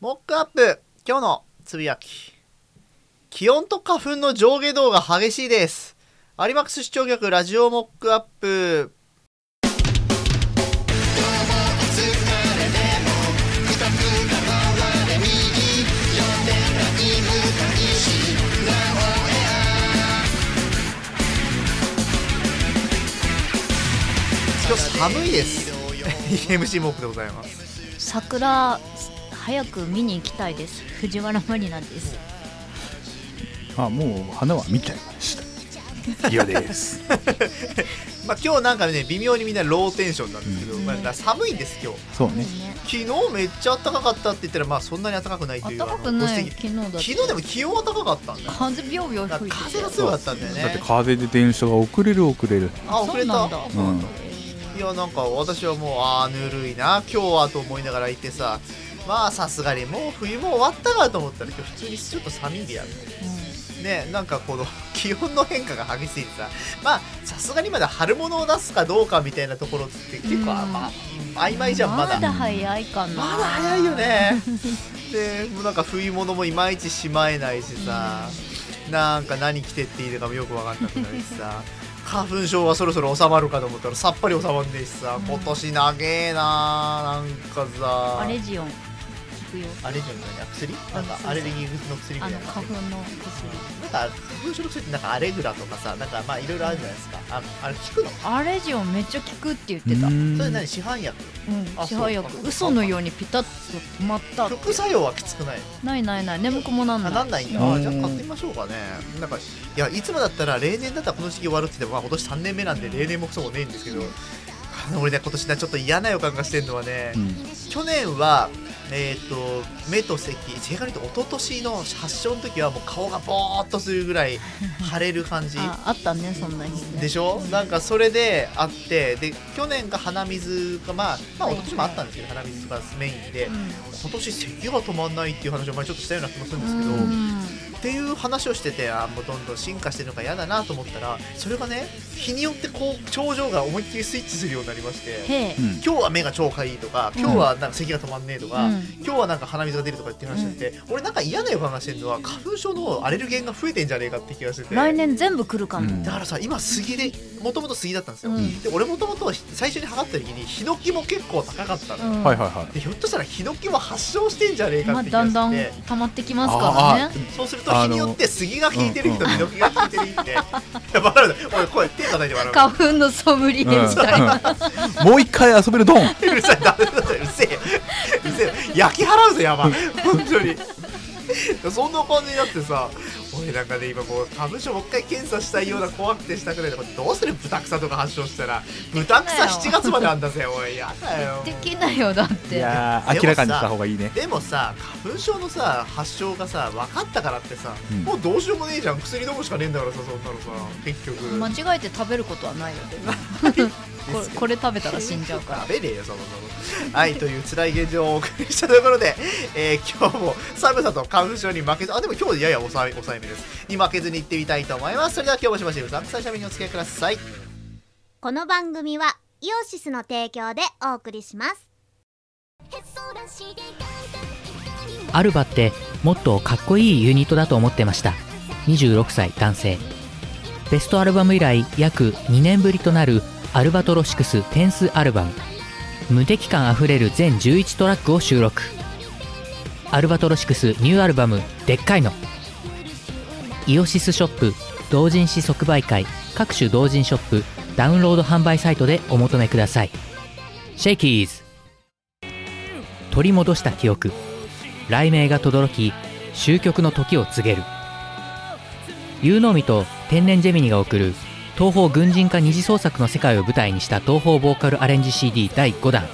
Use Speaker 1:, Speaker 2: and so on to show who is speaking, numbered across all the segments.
Speaker 1: モックアップ今日のつぶやき気温と花粉の上下動が激しいです有マックス視聴局ラジオモックアップ今日寒いです EMC モックでございます
Speaker 2: 桜早く見に行きたいです藤原マリナです
Speaker 3: あもう花は見ちゃいま した
Speaker 4: リオです。
Speaker 1: まあ今日なんかね微妙にみんなローテンションなんですけど、まあだから寒いんです今日
Speaker 3: そうね
Speaker 1: 昨日めっちゃ暖かかったって言ったらまあそんなに暖かくないという
Speaker 2: 暖かく
Speaker 1: あのご
Speaker 2: ない
Speaker 1: 指摘
Speaker 2: 昨日だって
Speaker 1: 昨日でも気温は高かったんだよ
Speaker 2: 風ビョウビョウ
Speaker 1: だか
Speaker 2: 吹い
Speaker 1: ら
Speaker 2: て
Speaker 1: 風が
Speaker 2: て
Speaker 1: 強かったんだよね
Speaker 3: だって風で電車が遅れる遅れる
Speaker 1: あ遅れ
Speaker 2: そう
Speaker 1: た
Speaker 2: なんだ
Speaker 3: うん
Speaker 1: いやなんか私はもうああぬるいな今日はと思いながら行ってさまあさすがにもう冬も終わったかと思ったら今日普通にちょっと寒い日やるねなんかこの 気温の変化が激しいさまあさすがにまだ春物を出すかどうかみたいなところって結構あ、
Speaker 2: うん
Speaker 1: まあ、曖昧じゃんま
Speaker 2: ま
Speaker 1: だ
Speaker 2: だ早いかな
Speaker 1: まだ早いよ ねでもうなんか冬物もいまいちしまえないしさなんか何着てっていいのかもよく分かんなくなるしさ花粉症はそろそろ収まるかと思ったらさっぱり収まんねえしさ今年長えななんかさ
Speaker 2: アレジオン効くよ
Speaker 1: アレルギーの何薬なん
Speaker 2: あそうそ
Speaker 1: か
Speaker 2: う
Speaker 1: アレルギーの薬みた
Speaker 2: あ
Speaker 1: いな
Speaker 2: の花粉の薬
Speaker 1: なんか花粉症の薬ってなんかアレグラとかさなんかまあいろいろあるじゃないですかああれ聞くの
Speaker 2: アレジオンめっちゃ効くって言っ
Speaker 3: う
Speaker 2: てたうん
Speaker 3: ん
Speaker 1: それ何市販薬あ
Speaker 2: 支配
Speaker 1: そう
Speaker 2: 薬
Speaker 1: か
Speaker 2: 嘘のようにピタッと止まったって
Speaker 1: 副作用はきつくない
Speaker 2: ないないない眠くもなんな
Speaker 1: あ
Speaker 2: い
Speaker 1: なんないんだ、
Speaker 3: うん
Speaker 1: あじゃあ買ってみましょうかねなんかいやいつもだったら例年だったらこの時期終わるって言っても、まあ、今年3年目なんで例年もクソもねえんですけどあの俺ね今年ねちょっと嫌な予感がしてるのはね、去年はえー、と目と咳正確に言うと一昨年の発症の時はもう顔がぼーっとするぐらい腫れる感じ
Speaker 2: ああったねそんな日ね
Speaker 1: でしょなんかそれであってで去年が鼻水がまあまあ一昨年もあったんですけど鼻水がメインで
Speaker 2: うん
Speaker 1: 今年咳が止まんないっていう話を前ちょっとしたような気もするんですけど、っていう話をしててあもうどんどん進化してるのか嫌だなと思ったらそれがね日によってこう症状が思いっきりスイッチするようになりまして
Speaker 2: へえ
Speaker 3: うん
Speaker 1: 今日は目が超かいいとか今日はなんか咳が止まんねえとか、
Speaker 2: うん
Speaker 1: 今日はなんか鼻水が出るとかっていう話になって、俺なんか嫌な予感がしてるのは花粉症のアレルゲンが増えてんじゃねえかって気がしてて。
Speaker 2: 来年全部来るかも
Speaker 3: うん
Speaker 1: だからさ今杉でもともと杉だったんですよ、
Speaker 2: うん
Speaker 1: で俺もともと最初に測った時にヒノキも結構高かったの、
Speaker 2: うん
Speaker 3: はいはいはい
Speaker 1: でひょっとしたらヒノキも発症してんじゃねえか
Speaker 2: ま
Speaker 1: っ
Speaker 2: あ
Speaker 1: て気が
Speaker 2: だ
Speaker 1: して
Speaker 2: ん
Speaker 1: て、
Speaker 2: だん溜まってきますからね
Speaker 1: そうすると日によって杉が効いてる日とヒノキが効いてる日って、い や笑うなおい声手叩いて笑うな
Speaker 2: 花粉のソ ムリエみたいな、
Speaker 3: うん もう一回遊べるドン
Speaker 1: うるさいダメだうるせえうるせえ焼き払うぜやば本当にそんな感じになってさ俺なんかね今もう花粉症もう一回検査したいような怖くてしたくないとかどうするブタクサとか発症したらブタクサ7月まであんだぜおいやだよ
Speaker 2: できないよだって
Speaker 3: いや
Speaker 1: でもさ
Speaker 3: ー明らかにした方がいいね
Speaker 1: でもさ花粉症のさ発症がさ分かったからってさ、
Speaker 3: うん
Speaker 1: もうどうしようもねえじゃん薬飲むしかねえんだからさそんなのさ結局
Speaker 2: 間違えて食べること はないよこれこれ食べたら死んじゃうから
Speaker 1: 食べねえよそもそも はいという辛い現状をお送りしたところで、えー今日も寒さと花粉症に負けずあでも今日やや抑え抑えめですに負けずに行ってみたいと思いますそれでは今日もしばしうさんくさいしゃべりにお付き合いください
Speaker 5: この番組はイオシスの提供でお送りします
Speaker 6: アルバってもっとかっこいいユニットだと思ってました26歳男性ベストアルバム以来約2年ぶりとなるアルバトロシクステンスアルバム無敵感あふれる全11トラックを収録アルバトロシクスニューアルバム「でっかいの」イオシスショップ同人誌即売会各種同人ショップダウンロード販売サイトでお求めくださいシェイキーズ取り戻した記憶雷鳴が轟き終局の時を告げる有能美と天然ジェミニが送る東方軍人化二次創作の世界を舞台にした東方ボーカルアレンジ CD 第5弾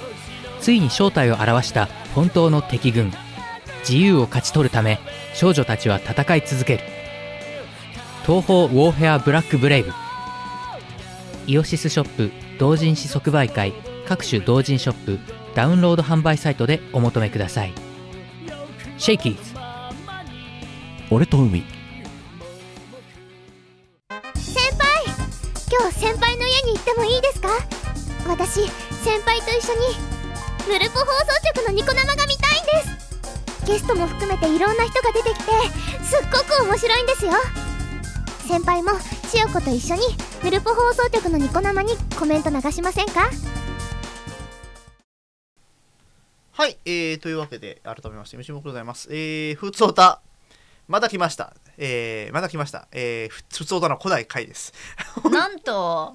Speaker 6: ついに正体を表した本当の敵軍自由を勝ち取るため少女たちは戦い続ける東方ウォーフェアブラックブレイブイオシスショップ同人誌即売会各種同人ショップダウンロード販売サイトでお求めくださいシェイキーズ
Speaker 3: 俺と海
Speaker 5: 先輩今日先輩の家に行ってもいいですか私先輩と一緒にヌルポ放送局のニコ生が見たいんですゲストも含めていろんな人が出てきてすっごく面白いんですよ先輩も千代子と一緒にヌルポ放送局のニコ生にコメント流しませんか
Speaker 1: はい、えー、というわけで、改めまして、虫もございます。えー、ふつおた、まだ来ました。えー、まだ来ました。えー、ふふつおたの来ない回です。
Speaker 2: なんと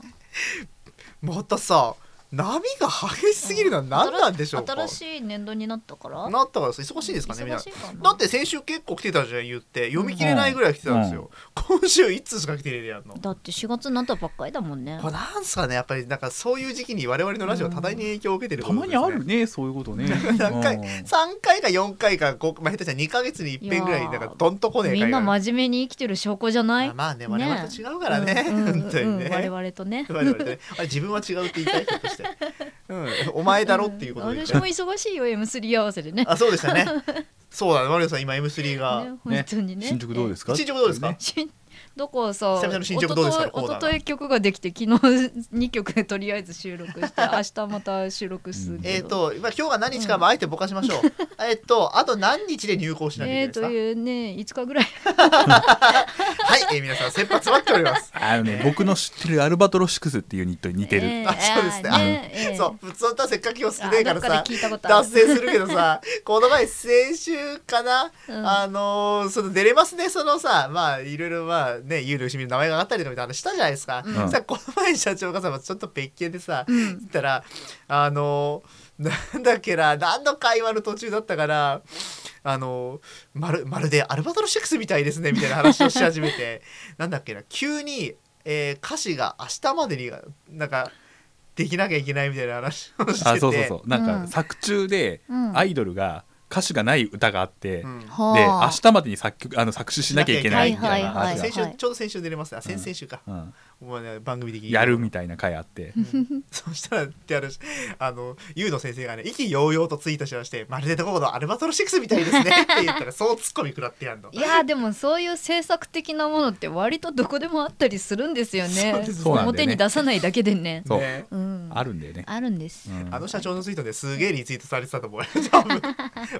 Speaker 1: またさ、波が激しすぎるのは何なんでしょうか
Speaker 2: 新しい年度になったから
Speaker 1: なったからさ忙しいですかねみんな
Speaker 2: 忙しいかな
Speaker 1: だって先週結構来てたじゃん言って読み切れないぐらい来てたんですよ、今週1通しか来てねえでやんの
Speaker 2: だって4月になったばっかりだもんね
Speaker 1: これなんすかねやっぱりなんかそういう時期に我々のラジオは多大に影響を受けてる
Speaker 3: たまにあるねそういうこ とね
Speaker 1: 何回
Speaker 3: うん
Speaker 1: 3回か4回か5、まあ、下手したら2か月に一遍ぐらいなんかどんとこねえ
Speaker 2: み
Speaker 1: 回
Speaker 2: んな
Speaker 1: がある
Speaker 2: 真面目に生きてる証拠じゃない
Speaker 1: まあね我々と違うからね
Speaker 2: うんうん
Speaker 1: 本当にね、
Speaker 2: うん我々とね
Speaker 1: 我々とねあれ自分は違うって言いたいひょっとして、うん、お前だろっていうことで言っ
Speaker 2: 私
Speaker 1: ちゃ
Speaker 2: も
Speaker 1: う
Speaker 2: 忙しいよ M3 合わせでねね
Speaker 1: あそうでしたねそうだねマリオさん今 M3 が、
Speaker 2: 本当にね
Speaker 3: 進捗どうですか
Speaker 1: 進捗どうですか、
Speaker 2: しどこさ
Speaker 1: 久々の進捗どうですか
Speaker 2: おと
Speaker 1: コーナー
Speaker 2: とい曲ができて昨日2曲でとりあえず 収録して明日また収録するけど
Speaker 1: えっ、と、まあ、今日が何日かもあえてぼかしまし ょう。えっと、あと何日で入校しなきゃい
Speaker 2: え
Speaker 1: けない
Speaker 2: ー、
Speaker 1: です
Speaker 2: と
Speaker 1: か。
Speaker 2: いうね5日ぐらい
Speaker 1: はい、えー、皆さん、切羽詰まっております。
Speaker 3: あのね僕の知ってるアルバトロシクスっていうユニットに似てる、
Speaker 1: あ、そうですね。あそう、普通だせっかく今日少ねえから
Speaker 2: どっか
Speaker 1: さ
Speaker 2: で聞いた、こと
Speaker 1: 脱
Speaker 2: ある
Speaker 1: 線するけど さ、この前先週かな、
Speaker 2: うん
Speaker 1: あのーその出れますね、そのさ、まあ、いろいろまあ、ね、ゆうるしみの名前が上がったりとかみたいな話したじゃないですか。
Speaker 3: うん
Speaker 1: さ、この前社長がさ、ちょっと別件でさ、
Speaker 2: うん
Speaker 1: 言ったら、あのーなんだっけな、何の会話の途中だったから、あのーまる、まるでアルバトロシックスみたいですね、みたいな話をし始め て、なんだっけな、急に、えー歌詞が明日までにが、なんか、できなきゃいけないみたいな話をしてて。
Speaker 3: あそうそうそうなんか、
Speaker 2: うん
Speaker 3: 作中で
Speaker 2: うん
Speaker 3: アイドルが歌詞がない歌があって、
Speaker 1: うん
Speaker 3: で
Speaker 2: は
Speaker 3: 明日までに作曲あの作詞しなきゃいけないみたいな
Speaker 2: はいはい
Speaker 3: 話
Speaker 2: は
Speaker 3: が
Speaker 2: い
Speaker 1: 先週ちょうど先週出れますねあ先々週か、
Speaker 3: うん
Speaker 1: もうね番組的に
Speaker 3: やるみたいな回あって
Speaker 1: そしたらってあるしあの優の先生がね意気揚々とツイートしまして「まるでどこどこのアルバトロシックスみたいですね」って言ったらそうツッコミ食らってやんの
Speaker 2: い、いやーでもそういう制作的なものって割とどこでもあったりするんですよね
Speaker 1: そうです
Speaker 3: そうなんだ
Speaker 2: 表
Speaker 3: よね
Speaker 2: に出さないだけでね、
Speaker 3: そう
Speaker 1: ね
Speaker 2: うん、
Speaker 3: あるんだよね、
Speaker 2: あるんです、
Speaker 3: うん
Speaker 1: あの社長のツイートですげえリツイートされてた と思うよ多分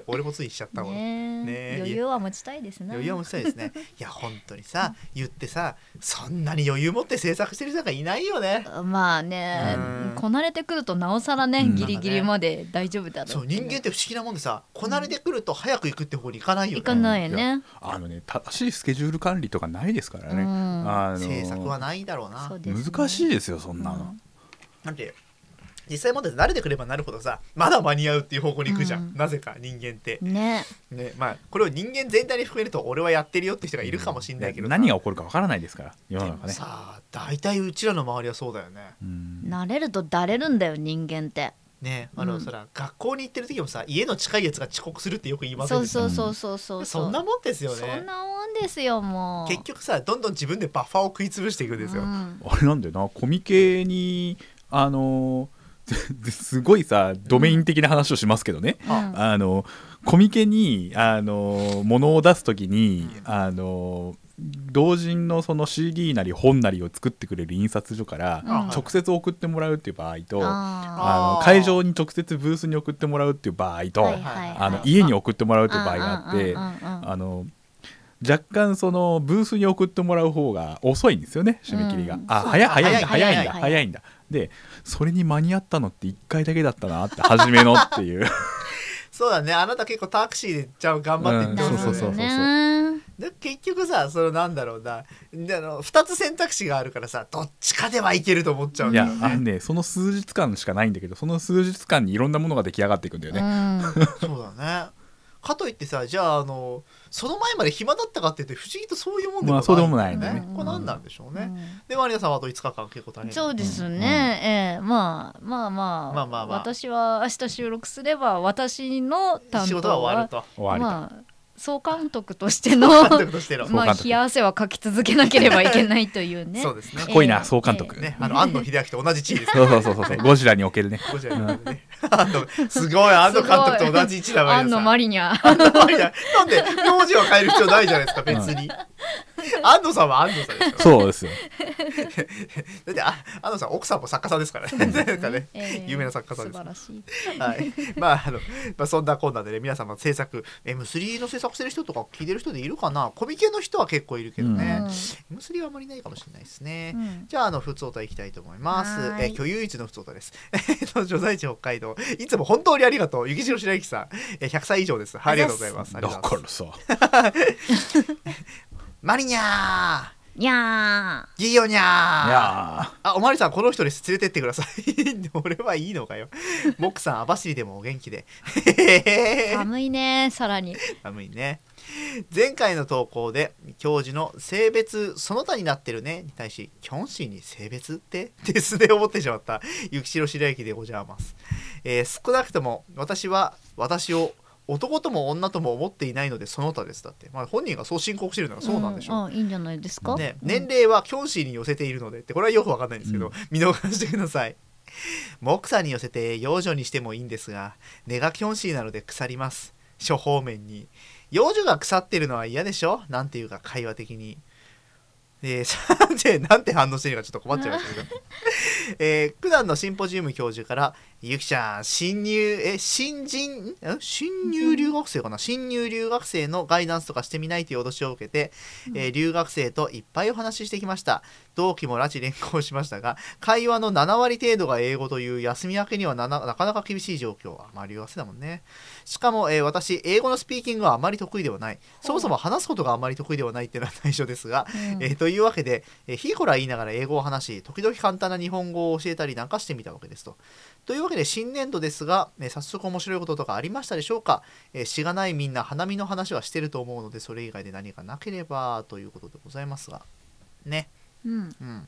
Speaker 1: 俺もツイートしちゃったもん、
Speaker 2: ね
Speaker 1: ね
Speaker 2: 余裕は持ちたいですね
Speaker 1: 余裕は持ちたいですねいや本当にさ言ってさそんなに余裕持って制作してる人がいないよね
Speaker 2: まあね、
Speaker 1: うん
Speaker 2: こなれてくるとなおさらね、
Speaker 3: うん
Speaker 2: ギリギリまで大丈夫だろ
Speaker 1: そう人間って不思議なもんでさこなれてくると早く行くって方に行かないよ
Speaker 2: 行
Speaker 1: ね
Speaker 2: かないよね、
Speaker 3: あのね正しいスケジュール管理とかないですからね、
Speaker 2: うん
Speaker 3: あの
Speaker 1: 制作はないだろうな
Speaker 2: そうですね
Speaker 3: 難しいですよそんなの、
Speaker 1: なんて実際問題慣れてくればなるほどさまだ間に合うっていう方向に行くじゃん、
Speaker 2: うん
Speaker 1: なぜか人間って、
Speaker 2: ね
Speaker 1: ねまあ、これを人間全体に含めると俺はやってるよって人がいるかもしれないけどさ、
Speaker 3: 何が起こるかわからないですから世の中ね、
Speaker 1: さあ大体うちらの周りはそうだよね。
Speaker 3: うん
Speaker 2: 慣れるとだれるんだよ人間って
Speaker 1: ねあの、
Speaker 2: うん
Speaker 1: そら学校に行ってる時もさ家の近いやつが遅刻するってよく言いません
Speaker 2: そう
Speaker 1: でした
Speaker 2: そうそうそうそう
Speaker 1: そんなもんですよ
Speaker 2: そん
Speaker 1: ね。
Speaker 2: なもんですよもう
Speaker 1: 結局さどんどん自分でバッファーを食い潰していくんですよ。
Speaker 2: うん
Speaker 3: あれなんだよなコミケにあの すごいさドメイン的な話をしますけどね、
Speaker 1: あ
Speaker 3: あのコミケにあの物を出す時にあの同人のその CD なり本なりを作ってくれる印刷所から
Speaker 2: うん
Speaker 3: 直接送ってもらうっていう場合と、
Speaker 2: あ
Speaker 3: あ
Speaker 1: あー
Speaker 3: の会場に直接ブースに送ってもらうっていう場合
Speaker 2: ー
Speaker 3: と、
Speaker 2: はいはいはい
Speaker 3: あの家に送ってもらうっていう場合があって
Speaker 2: うんうんうんうん
Speaker 3: あの若干そのブースに送ってもらう方が遅いんですよね締め切りが、
Speaker 2: うん
Speaker 3: あ早い早いんだ
Speaker 1: 早
Speaker 3: 早
Speaker 1: い
Speaker 3: いんだ
Speaker 2: 早い
Speaker 3: 早いんだでそれに間に合ったのって1回だけだったなって初めのっていう
Speaker 1: そうだねあなた結構タクシーでじゃあ頑張って行ってま
Speaker 2: なる
Speaker 1: すよ
Speaker 2: ほど
Speaker 1: ね。
Speaker 3: そうそうそうそう
Speaker 2: ね
Speaker 1: で結局さそのなんだろうなであの2つ選択肢があるからさどっちかではいけると思っちゃうん
Speaker 3: い
Speaker 1: だよ
Speaker 3: や
Speaker 1: ね
Speaker 3: あのねその数日間しかないんだけどその数日間にいろんなものが出来上がっていくんだよ
Speaker 2: う
Speaker 3: ね、
Speaker 2: ん
Speaker 1: そうだねかといってさじゃああのその前まで暇だったかって言って不思議とそういうもんで
Speaker 3: まあそうでもない
Speaker 1: ん
Speaker 3: ん
Speaker 1: だ
Speaker 3: だ
Speaker 1: よ
Speaker 3: よ
Speaker 1: ね
Speaker 3: ね
Speaker 1: これ何なんでしょうね、
Speaker 2: うん
Speaker 1: でマリアさんはあと5日間結構大変
Speaker 2: そうです
Speaker 3: うん
Speaker 2: ね、ええまあまあまあ
Speaker 1: まあまあまあ
Speaker 2: 私は明日収録すれば私の担当は
Speaker 1: 仕事は終わると
Speaker 3: 終わりと、
Speaker 2: まあ総監督として の
Speaker 1: 監督としての、
Speaker 2: まあ
Speaker 3: 監督
Speaker 2: 冷や汗はかき続けなければいけないというね
Speaker 1: そうですね
Speaker 2: え
Speaker 3: かっこいいな、
Speaker 2: え
Speaker 3: 総監督、
Speaker 1: ねあの安野秀明と同じ地位ですね
Speaker 3: そうそうそうそうゴジラにおけるね
Speaker 1: こちらのね安野すごい安野監督と同じ位置だマ
Speaker 2: 安
Speaker 1: リア
Speaker 2: 野
Speaker 1: さん
Speaker 2: マリニャ
Speaker 1: 安野マリアなんで名字は変える必要ないじゃないですか別に、安野さんは安野さんでしょ
Speaker 3: そうですよ
Speaker 1: だってあ安藤さん奥さんも作家さんですからねなんかね、有名な作家さん
Speaker 2: 素
Speaker 1: です
Speaker 2: 晴らしい。
Speaker 1: はい、まああの、まあ、そんなこんなでね皆様制作 M3 の制作してる人とか聞いてる人でいるかなコミケの人は結構いるけどね、M3 はあまりないかもしれないですね、
Speaker 2: うん
Speaker 1: じゃあ、あの、普通歌いきたいと思います。
Speaker 2: は
Speaker 1: え
Speaker 2: ーい
Speaker 1: ー、今日唯一の普通歌です。 えーと、所在地北海道。いつも本当にありがとう。雪城白雪さん。えー、100歳以上です。はいありがとうございます。あり
Speaker 3: だ
Speaker 1: がとうござ
Speaker 3: か
Speaker 1: います。
Speaker 3: らさ
Speaker 1: マリニャー
Speaker 2: いや
Speaker 1: ギヨニャー
Speaker 3: いや
Speaker 1: あ、おまりさん、この人です。連れてってください。 俺はいいのかよ。モックさん、網走でもお元気で。
Speaker 2: ー寒いねさらに。
Speaker 1: 寒いね前回の投稿で教授の性別その他になってるねに対しキョンシーに性別って って素で思ってしまった雪城白雪でございます、えー少なくとも私は私を男とも女とも思っていないのでその他ですだって、まあ、本人がそう申告してるならそうなんでしょう、
Speaker 2: んあいいんじゃないですか。
Speaker 1: ね、
Speaker 2: うん
Speaker 1: 年齢はキョンシーに寄せているのでってこれはよくわかんないんですけど、見逃してくださいモクさんに寄せて幼女にしてもいいんですが根がキョンシーなので腐ります諸方面に幼女が腐ってるのは嫌でしょなんていうか会話的にえー、 さてなんて反応してるかちょっと困っちゃいました けど、えー、普段のシンポジウム教授から「ゆきちゃん新入え新人ん新入留学生かな新入留学生のガイダンスとかしてみない」という脅しを受けて、えー留学生といっぱいお話ししてきました同期も拉致連行しましたが会話の7割程度が英語という休み明けにはなななかなか厳しい状況はまあ留学生だもんねしかも、えー私英語のスピーキングはあまり得意ではないそもそも話すことがあまり得意ではないっていうのは内緒ですが、
Speaker 2: うん
Speaker 1: えーというわけで、えー、ひいこら言いながら英語を話し時々簡単な日本語を教えたりなんかしてみたわけですと。というわけで新年度ですが、えー早速面白いこととかありましたでしょうか、えーしがないみんな花見の話はしてると思うのでそれ以外で何かなければということでございますがね
Speaker 2: うん
Speaker 1: うん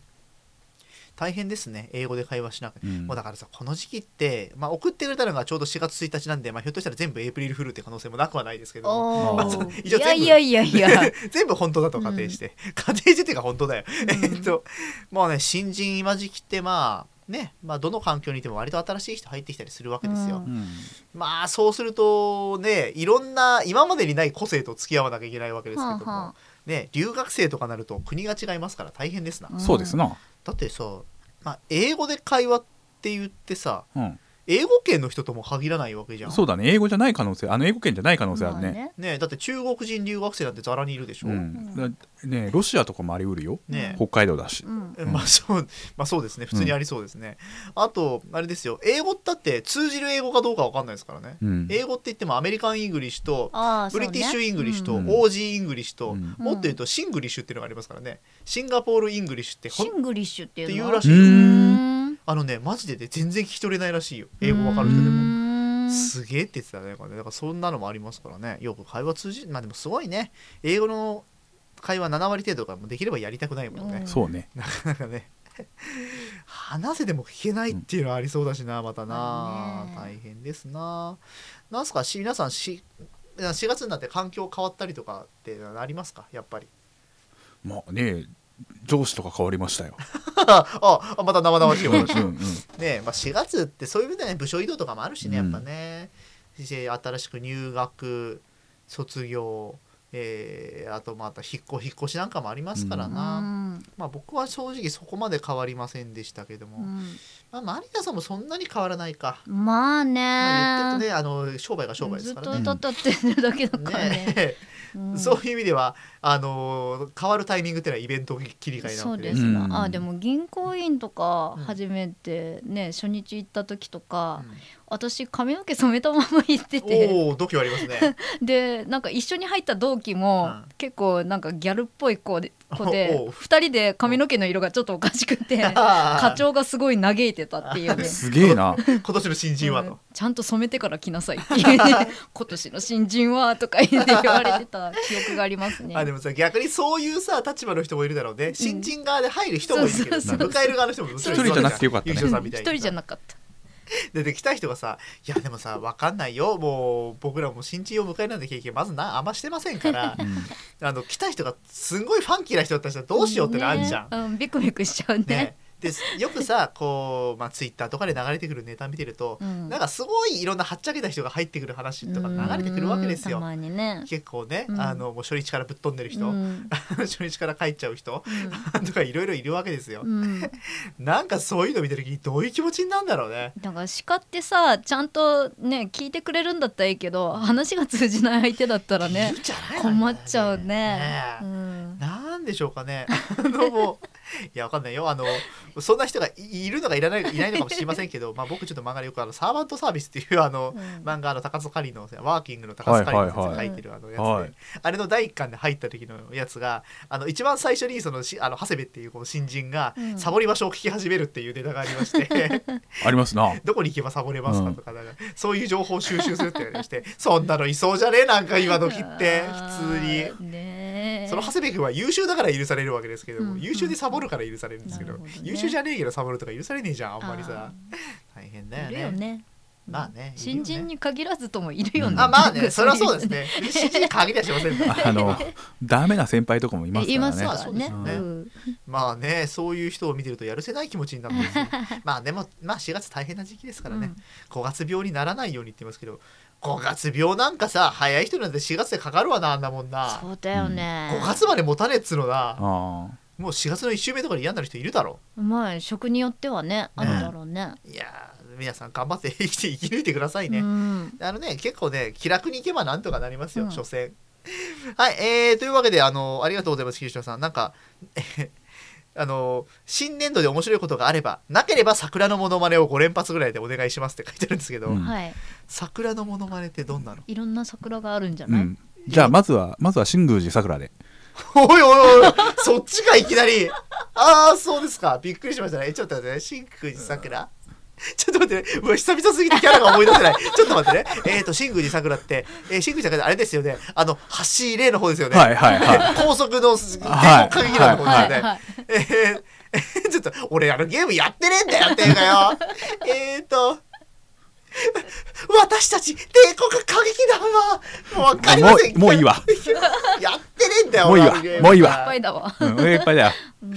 Speaker 1: 大変ですね英語で会話しなく
Speaker 3: ーうん
Speaker 1: もうだからさこの時期って、まあ、送ってくれたのがちょうど4月1日なんで、まあ、ひょっとしたら全部エイプリルフールって可能性もなくはないですけど
Speaker 2: お
Speaker 3: まあそう
Speaker 2: ー
Speaker 1: 一応全部
Speaker 2: いやいやいやいや。
Speaker 1: 全部本当だと仮定して、仮定してっていうか本当だよ、 えっともうね新人今時期ってまあね、まあ、どの環境にいても割と新しい人入ってきたりするわけですよ、
Speaker 2: うん
Speaker 3: うん
Speaker 1: まあそうするとねいろんな今までにない個性と付き合わなきゃいけないわけですけども、
Speaker 2: はあは
Speaker 1: ね、留学生とかなると国が違いますから大変ですな、
Speaker 2: うん
Speaker 3: そうですな
Speaker 1: だってさ、まあ、英語で会話って言ってさ
Speaker 3: うん
Speaker 1: 英語圏の人とも限らないわけじゃん
Speaker 3: そうだね英語じゃない可能性あの英語圏じゃない可能性ある
Speaker 2: まあ
Speaker 3: ね
Speaker 2: ね
Speaker 1: ねだって中国人留学生なんてざらにいるでしょ、
Speaker 3: うんだねロシアとかもありうるよ
Speaker 1: ね
Speaker 3: 北海道だし
Speaker 2: うん
Speaker 1: えまあそうまあそうですね普通にありそうですね、あとあれですよ英語だって通じる英語かどうかわかんないですからね、
Speaker 3: うん
Speaker 1: 英語って言ってもアメリカン・イングリッシュと
Speaker 2: あー
Speaker 1: ブリティッシュ・イングリッシュと、
Speaker 3: そうねうん
Speaker 1: オージー・イングリッシュと、
Speaker 3: うん
Speaker 1: もっと言うとシングリッシュっていうのがありますからねシンガポール・イングリッシュってほ
Speaker 2: シ
Speaker 1: ん
Speaker 2: ングリッシュっていう
Speaker 1: っ
Speaker 2: の
Speaker 1: ていうらし
Speaker 3: いよ
Speaker 2: うーん
Speaker 1: あのねマジでね全然聞き取れないらしいよ英語わかる人で
Speaker 2: う
Speaker 1: も。
Speaker 2: ーん
Speaker 1: すげえって言ってたねこれねだからそんなのもありますからねよく会話通じまあでもすごいね英語の会話7割程度がもうできればやりたくないもんね、
Speaker 2: うん
Speaker 3: そうね
Speaker 1: な かなかね話せても聞けないっていうのはありそうだしなまたな、
Speaker 2: まあね
Speaker 1: 大変ですななんすかし皆さんし4月になって環境変わったりとかってありますかやっぱり
Speaker 3: まあね上司とか変わりましたよ
Speaker 1: ああまた生々 しいお 話
Speaker 3: うんうん
Speaker 1: ねまあ、4月ってそういう意味ではね部署移動とかもあるしねや
Speaker 3: う
Speaker 1: っ
Speaker 3: ん
Speaker 1: ぱね、で新しく入学卒業、えーあとまた引っ越引っ越しなんかもありますから
Speaker 2: う
Speaker 1: な、
Speaker 2: ん
Speaker 1: まあ、僕は正直そこまで変わりませんでしたけども、まあ、マリナさんもそんなに変わらないか、
Speaker 2: うんまあ
Speaker 1: まあ、言って
Speaker 2: ね
Speaker 1: るとねあの商売が商売で
Speaker 2: ず
Speaker 1: す
Speaker 2: っ
Speaker 1: か
Speaker 2: と
Speaker 1: らね。
Speaker 2: 歌ったってるだけだからね
Speaker 1: ね
Speaker 2: うん
Speaker 1: そういう意味ではあのー変わるタイミングっていうのはイベント切り替えな
Speaker 2: そ
Speaker 1: わ
Speaker 2: う
Speaker 1: け
Speaker 2: で
Speaker 1: ですす。
Speaker 2: な、
Speaker 3: うん
Speaker 2: あでも銀行員とか
Speaker 1: うん
Speaker 2: 初めてね、初日行った時とか、
Speaker 1: うん
Speaker 2: 私髪の毛染めたまま行ってて
Speaker 1: おお度胸あります ね。
Speaker 2: でなんか一緒に入った同期も、
Speaker 1: うん
Speaker 2: 結構なんかギャルっぽい子で 子
Speaker 1: お
Speaker 2: で
Speaker 1: う
Speaker 2: 2人で髪の毛の色がちょっとおかしく て課
Speaker 1: 課
Speaker 2: 長がすごい嘆いてたってい うね。
Speaker 3: すげえな
Speaker 1: 今年の新人は
Speaker 2: うん
Speaker 1: と。
Speaker 2: ちゃんと染めてから来なさいってい うね今年の新人はとか言って言われてた記憶がありますね。
Speaker 1: あでもさ逆にそういうさ立場の人もいるだろうね新人側で入る人もいるけどさ、
Speaker 2: そうそうそう
Speaker 1: 迎える側の人も
Speaker 2: そう
Speaker 3: 一人じゃなくてよかったね
Speaker 1: 優
Speaker 2: う
Speaker 1: 勝
Speaker 2: ん
Speaker 1: さんみ
Speaker 2: 一
Speaker 1: たいに
Speaker 2: 人じゃ
Speaker 1: な
Speaker 2: なかった。
Speaker 1: 出てきた人がさ「いやでもさ分かんないよもう僕らも新人を迎えるなんて経験まずなあんましてませんからあの来た人がすんごいファンキーな人だったらどうしようってのあんじゃん。
Speaker 2: ねうん、ビクビクしちゃうね
Speaker 1: ねでよくさこう、まあ、ツイッターとかで流れてくるネタ見てると、
Speaker 2: うん
Speaker 1: なんかすごいいろんなはっちゃけた人が入ってくる話とか流れてくるわけです
Speaker 2: うん
Speaker 1: よ
Speaker 2: た。まにね。
Speaker 1: 結構ね、
Speaker 2: うん
Speaker 1: あのもう初日からぶっ飛んでる人、
Speaker 2: うん
Speaker 1: 初日から帰っちゃう人 とかいろいろいるわけですよ
Speaker 2: う。ん、うん
Speaker 1: なんかそういうの見た時どういう気持ちになるんだろうね。
Speaker 2: だから叱ってさちゃんとね聞いてくれるんだったらいいけど話が通じない相手だったらね
Speaker 1: いるじゃないのよね
Speaker 2: 困っちゃうね
Speaker 1: ねえ
Speaker 2: うん、
Speaker 1: なんでしょうかね。あのもういやわかんないよ。あのそんな人がいいるのかいらないいないのかもしれませんけど、まあ僕ちょっと漫画でよくあのサーバントサービスっていうあの、
Speaker 2: うん
Speaker 1: 漫画の高津カリのワーキングの高津カリの先生が書いてるあのやつで、
Speaker 3: はいはい
Speaker 1: あれの第一巻で入った時のやつがあの一番最初にそのしあの長谷部っていうこの新人が
Speaker 2: うん
Speaker 1: サボり場所を聞き始めるっていうネタがありまして、
Speaker 3: ありますな。
Speaker 1: どこに行けばサボれますかとかなんかそういう情報を収集するって言われましてそんなのいそうじゃねえなんか今時って普通に。
Speaker 2: にねえ
Speaker 1: その長谷部君は優秀だから許されるわけですけども、
Speaker 2: うん
Speaker 1: 優秀でサボるから許されるんですけど,、
Speaker 2: なるほどね
Speaker 1: 優秀じゃねえけどサボるとか許されねえじゃんあんまりさ大変だよ
Speaker 2: い
Speaker 1: ね
Speaker 2: るよね
Speaker 1: まあねいるよね
Speaker 2: 新人に限らずともいるよね、
Speaker 1: あまあねそれは
Speaker 2: ういう
Speaker 1: そうですね新人に限りはしませんから
Speaker 3: あのダメな先輩とかもいますか
Speaker 2: います
Speaker 3: ら
Speaker 2: からね
Speaker 3: ね。
Speaker 1: そうですよね
Speaker 2: うん
Speaker 1: まあねそういう人を見てるとやるせない気持ちになるんです よまあでもまあ4月大変な時期ですからね、五月病にならないようにって言いますけど5月病なんかさ早い人なんて4月でかかるわなあんなもんな
Speaker 2: そうだよね、
Speaker 1: 5月まで持たねえっつうのな
Speaker 3: あ
Speaker 1: もう4月の1週目とかで嫌になる人いるだろ
Speaker 2: まあ食によってはねあるだろうね
Speaker 1: いやー皆さん頑張って生きて生き抜いてくださいね、
Speaker 2: うん
Speaker 1: あのね、結構ね、気楽に行けばなんとかなりますよ、
Speaker 2: うん
Speaker 1: 所詮。 はい、えー、というわけで、あの、ありがとうございます、桐島さん。なんか、 えへあの、新年度で面白いことがあれば、なければ桜のモノマネを5連発ぐらいでお願いしますって書いてあるんですけど、
Speaker 3: うん
Speaker 2: はい
Speaker 1: 桜のモノマネってどんなの
Speaker 2: いろんな桜があるんじゃ
Speaker 3: う
Speaker 2: ない、
Speaker 3: ん。じゃあまずはまずは新宮寺さくらで。
Speaker 1: おいおいおい、そっちか、いきなり。ああ、そうですか。びっくりしましたね。えちょっと待ってね、真空寺桜。ちょっと待ってね、うわ、久々すぎてキャラが思い出せない。ちょっと待ってね。えっ、ー、と、真空寺桜って、えー、真空寺桜ってあれですよね。あの、橋例の方ですよね。
Speaker 3: はいはいは
Speaker 1: 高速の電
Speaker 3: はい
Speaker 1: 光過激なところですよね。
Speaker 2: はい
Speaker 1: えーえーちょっと俺あのゲームやってねえんだよっていうかよ。 えーと。私たち帝国過激団はもう分かりません
Speaker 3: もうもういいわ
Speaker 1: やってねえんだよ
Speaker 3: もういいわ
Speaker 1: 俺あのゲーム
Speaker 3: もういい
Speaker 2: いっ
Speaker 3: わ
Speaker 2: ぱいだわ
Speaker 3: い。うん、いっぱいだよ。ね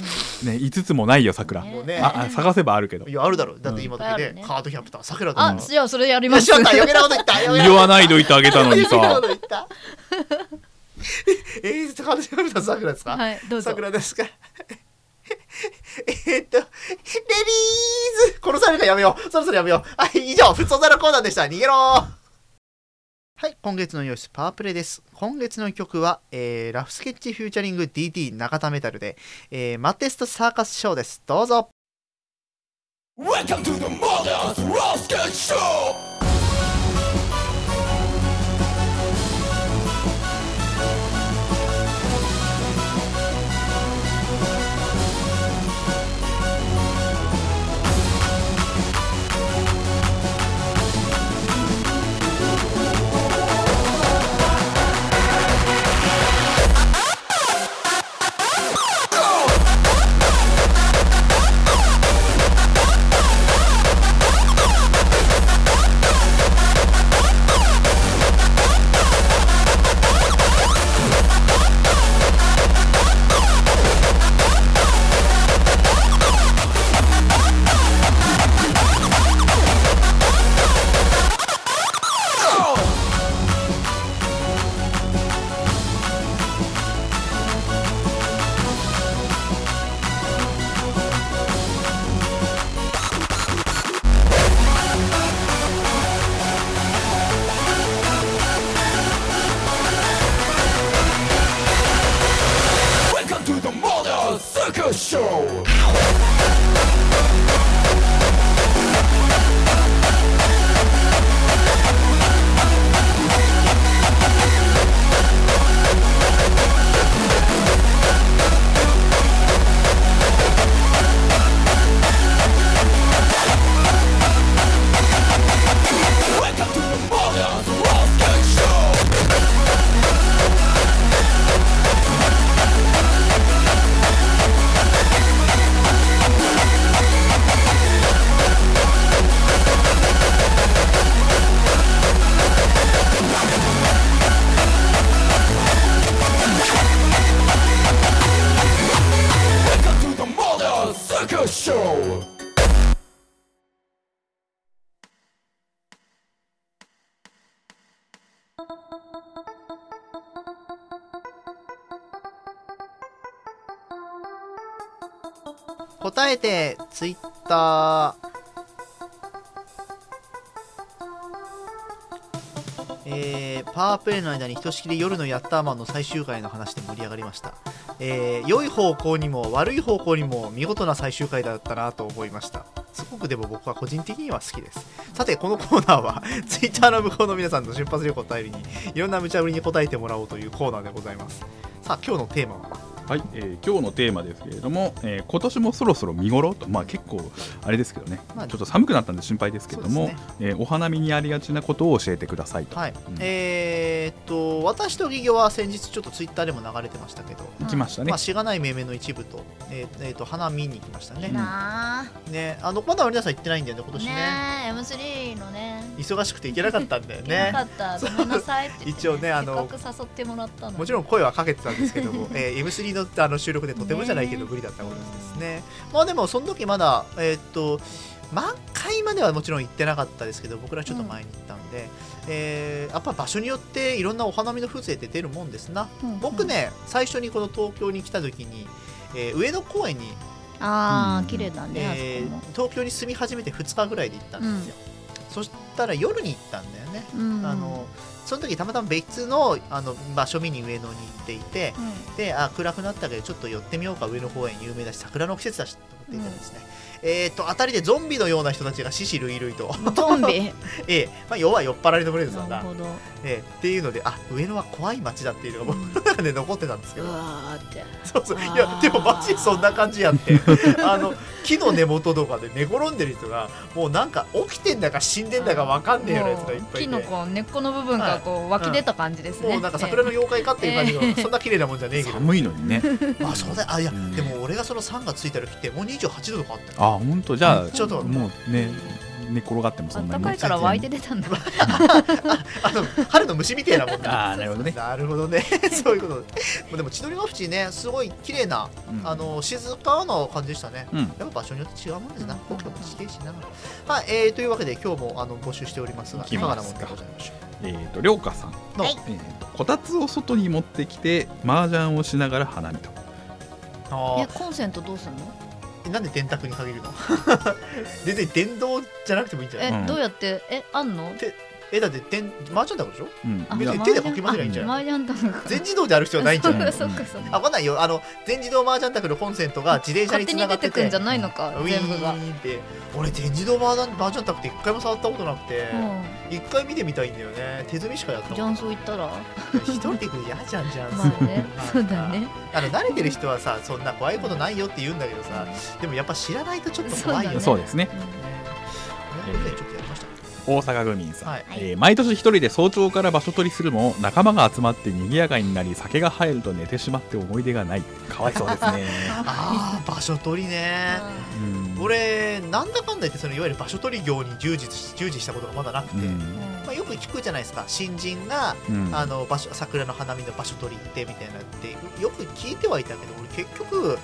Speaker 3: 5つもないよさくら。
Speaker 1: もうね
Speaker 3: ああ探せばあるけど
Speaker 1: い。やあるだろだって今だけ
Speaker 2: うんいっぱいある
Speaker 1: ね
Speaker 2: ね
Speaker 1: カードキャプター桜
Speaker 2: あ
Speaker 1: だ
Speaker 2: じゃあそれやり
Speaker 1: よ
Speaker 2: ま
Speaker 1: し
Speaker 2: す
Speaker 1: よった余計なこと 言った余計なこと
Speaker 3: 言わないといてあげたの に
Speaker 1: 余計なこ
Speaker 3: さ
Speaker 1: と。言ったえーカードキャプター桜ですか
Speaker 2: はいどうぞ
Speaker 1: 桜ですか えーっと、レディーズ殺されるからやめようそろそろやめようはい、以上、ふつおざのコーナーでした逃げろはい、今月の様子パワープレイです。今月の曲は、えーラフスケッチフューチャリング DT 中田メタルで、えーマテストサーカスショーです。どうぞ
Speaker 4: Welcome to the Mother's Rocket Show! Welcome to the Mother's Circus Show!
Speaker 7: 「
Speaker 1: 答えてツイッターえー、パワープレイの間にひとしきり夜のヤッターマンの最終回の話で盛り上がりました、えー、良い方向にも悪い方向にも見事な最終回だったなと思いましたすごくでも僕は個人的には好きですさてこのコーナーは Twitter の向こうの皆さんの出発旅行を頼りにいろんな無茶ぶりに答えてもらおうというコーナーでございますさあ今日のテーマは
Speaker 3: はい、えー今日のテーマですけれども、えー今年もそろそろ見頃と、まあ、結構あれですけどね、
Speaker 1: まあ
Speaker 3: ちょっと寒くなったんで心配ですけれども、
Speaker 1: そうで
Speaker 3: えーお花見にありがちなことを教えてくださいと、
Speaker 1: はい、
Speaker 3: うん
Speaker 1: えーっと私と企業は先日ちょっとツイッターでも流れてましたけど、
Speaker 3: 行きましたね、
Speaker 1: まあ、しがない命名の一部と,、えーえーっと花見に行きましたね,、
Speaker 2: なあ
Speaker 1: ねあのまだ皆さん行ってないんだよね今年ね
Speaker 2: ねえ M3 のね
Speaker 1: 忙しくて行けなかったんだよ
Speaker 2: 行 けなか
Speaker 1: ね
Speaker 2: ったごめんなさいって言って
Speaker 1: 一応ねあの
Speaker 2: せっかく誘ってもらったの
Speaker 1: もちろん声はかけてたんですけども、えー M3 のあの収録でとてもじゃないけど無理だったことですねまあでもその時まだえーっと満開まではもちろん行ってなかったですけど僕らちょっと前に行ったんで、えーやっぱ場所によっていろんなお花見の風情って出るもんですな
Speaker 2: うん
Speaker 1: 僕ね最初にこの東京に来た時に、えー上野公園に、
Speaker 2: あ
Speaker 3: う
Speaker 2: あ
Speaker 3: ん
Speaker 2: 綺麗だねあ
Speaker 1: え
Speaker 2: そ
Speaker 1: ー
Speaker 2: こも
Speaker 1: 東京に住み始めて2日ぐらいで行ったんですよ、そしたら夜に行ったんだよね、
Speaker 2: うん
Speaker 1: あのその時たまたま別のあの場所見に上野に行っていて
Speaker 2: うん
Speaker 1: であ暗くなったけどちょっと寄ってみようか上野公園有名だし桜の季節だしと思っていたらですね、えー、と当たりでゾンビのような人たちが獅子類類と、
Speaker 2: ゾンビ
Speaker 1: ええまあ、要は酔っ払いのブレーズだ
Speaker 2: な
Speaker 1: な
Speaker 2: るほど
Speaker 1: ええっていうのであ上野は怖い街だっていうのが僕の中で残ってたんですけ
Speaker 2: う
Speaker 1: ど
Speaker 2: わーって
Speaker 1: そうそうい
Speaker 2: あ
Speaker 1: や
Speaker 2: ー
Speaker 1: でもマジでそんな感じやって あの木の根元とかで寝転んでる人がもうなんか起きてんだか死んでんだかわかんねえようなやつがいっぱいいて
Speaker 2: もう木のこう根っこの部分がこう湧き出た感じですね、
Speaker 1: もうなんか桜の妖怪かっていう感じの、そん な綺麗なもんじゃねえけど
Speaker 3: 寒いのにね
Speaker 1: あそうだあいや、
Speaker 3: うん
Speaker 1: でも俺がその3月ついた時ってもう28度とかあったよ
Speaker 3: あ本当じゃあ
Speaker 1: ちょっと
Speaker 3: もうね寝転がってもそんな
Speaker 2: 暖
Speaker 3: に
Speaker 2: かいから湧いて出たんだ
Speaker 1: あの春の虫みたいなもんだ
Speaker 3: あーなるほどね
Speaker 1: なるほどね そういうこともうでも千鳥ヶ淵ねすごい綺麗な
Speaker 3: うん
Speaker 1: あの静かな感じでしたね
Speaker 3: うん
Speaker 1: やっぱ場所によって違うもんですな
Speaker 2: うん
Speaker 1: 僕も地形しながらはい、えー、というわけで今日もあの募集しておりますが
Speaker 3: いき
Speaker 1: い
Speaker 3: ます
Speaker 1: か
Speaker 3: か
Speaker 1: がなもんでございましょ
Speaker 3: えー、と涼香さん
Speaker 1: うの、
Speaker 2: はい
Speaker 3: えーとこたつを外に持ってきて麻雀をしながら花見と
Speaker 1: あ
Speaker 2: ねコンセントどうすんの
Speaker 1: ーなんで電卓に限るの 全然電動じゃなくてもいいんじゃない
Speaker 2: え、
Speaker 3: うん
Speaker 2: どうやってえあんの
Speaker 1: えだって電マージャンだからでしょ
Speaker 3: うん
Speaker 2: あ
Speaker 1: 別に
Speaker 2: 麻
Speaker 1: 手
Speaker 2: 雀
Speaker 1: でかき混ぜりゃいいんじゃない
Speaker 2: あ麻雀だから
Speaker 1: 全自動である必要はないんじゃない
Speaker 3: な い
Speaker 2: そっかそっか
Speaker 1: あわかんないよあの全自動麻雀卓のコンセントが自転車
Speaker 2: 勝
Speaker 1: に
Speaker 2: 手
Speaker 1: つ
Speaker 2: に
Speaker 1: ながって
Speaker 2: 出
Speaker 1: て
Speaker 2: く
Speaker 1: て
Speaker 2: んじゃないのか
Speaker 1: ウィ
Speaker 2: 全部が、
Speaker 1: ーンって俺全自動麻雀麻雀卓って一回も触ったことなくて一、回見てみたいんだよね手積みしかやった
Speaker 2: うん、
Speaker 1: こ
Speaker 2: ジ
Speaker 1: と
Speaker 2: ャ
Speaker 1: ない
Speaker 2: ン
Speaker 1: 一
Speaker 2: ソー行ったら
Speaker 1: 人で行くの嫌じゃんじゃん
Speaker 2: まあね
Speaker 1: なんか
Speaker 2: そうだね
Speaker 1: あの慣れてる人はさそんな怖いことないよって言うんだけどさでもやっぱ知らないとちょっと怖いよね
Speaker 3: そうですね
Speaker 1: ねねちょっとやりました
Speaker 3: 大阪愚民さん、
Speaker 1: はい
Speaker 3: えー毎年一人で早朝から場所取りするも仲間が集まって賑やかになり酒が入ると寝てしまって思い出がないかわいそうですね、
Speaker 1: ああ場所取りね
Speaker 3: うん、
Speaker 1: 俺なんだかんだ言ってそのいわゆる場所取り業に従事し従事したことがまだなく
Speaker 3: う
Speaker 1: て、
Speaker 2: うん
Speaker 3: ん
Speaker 1: まあ、よく聞くじゃないですか新人が
Speaker 3: うん
Speaker 1: あの場所桜の花見の場所取り行ってみたいなってよく聞いてはいたけど俺結局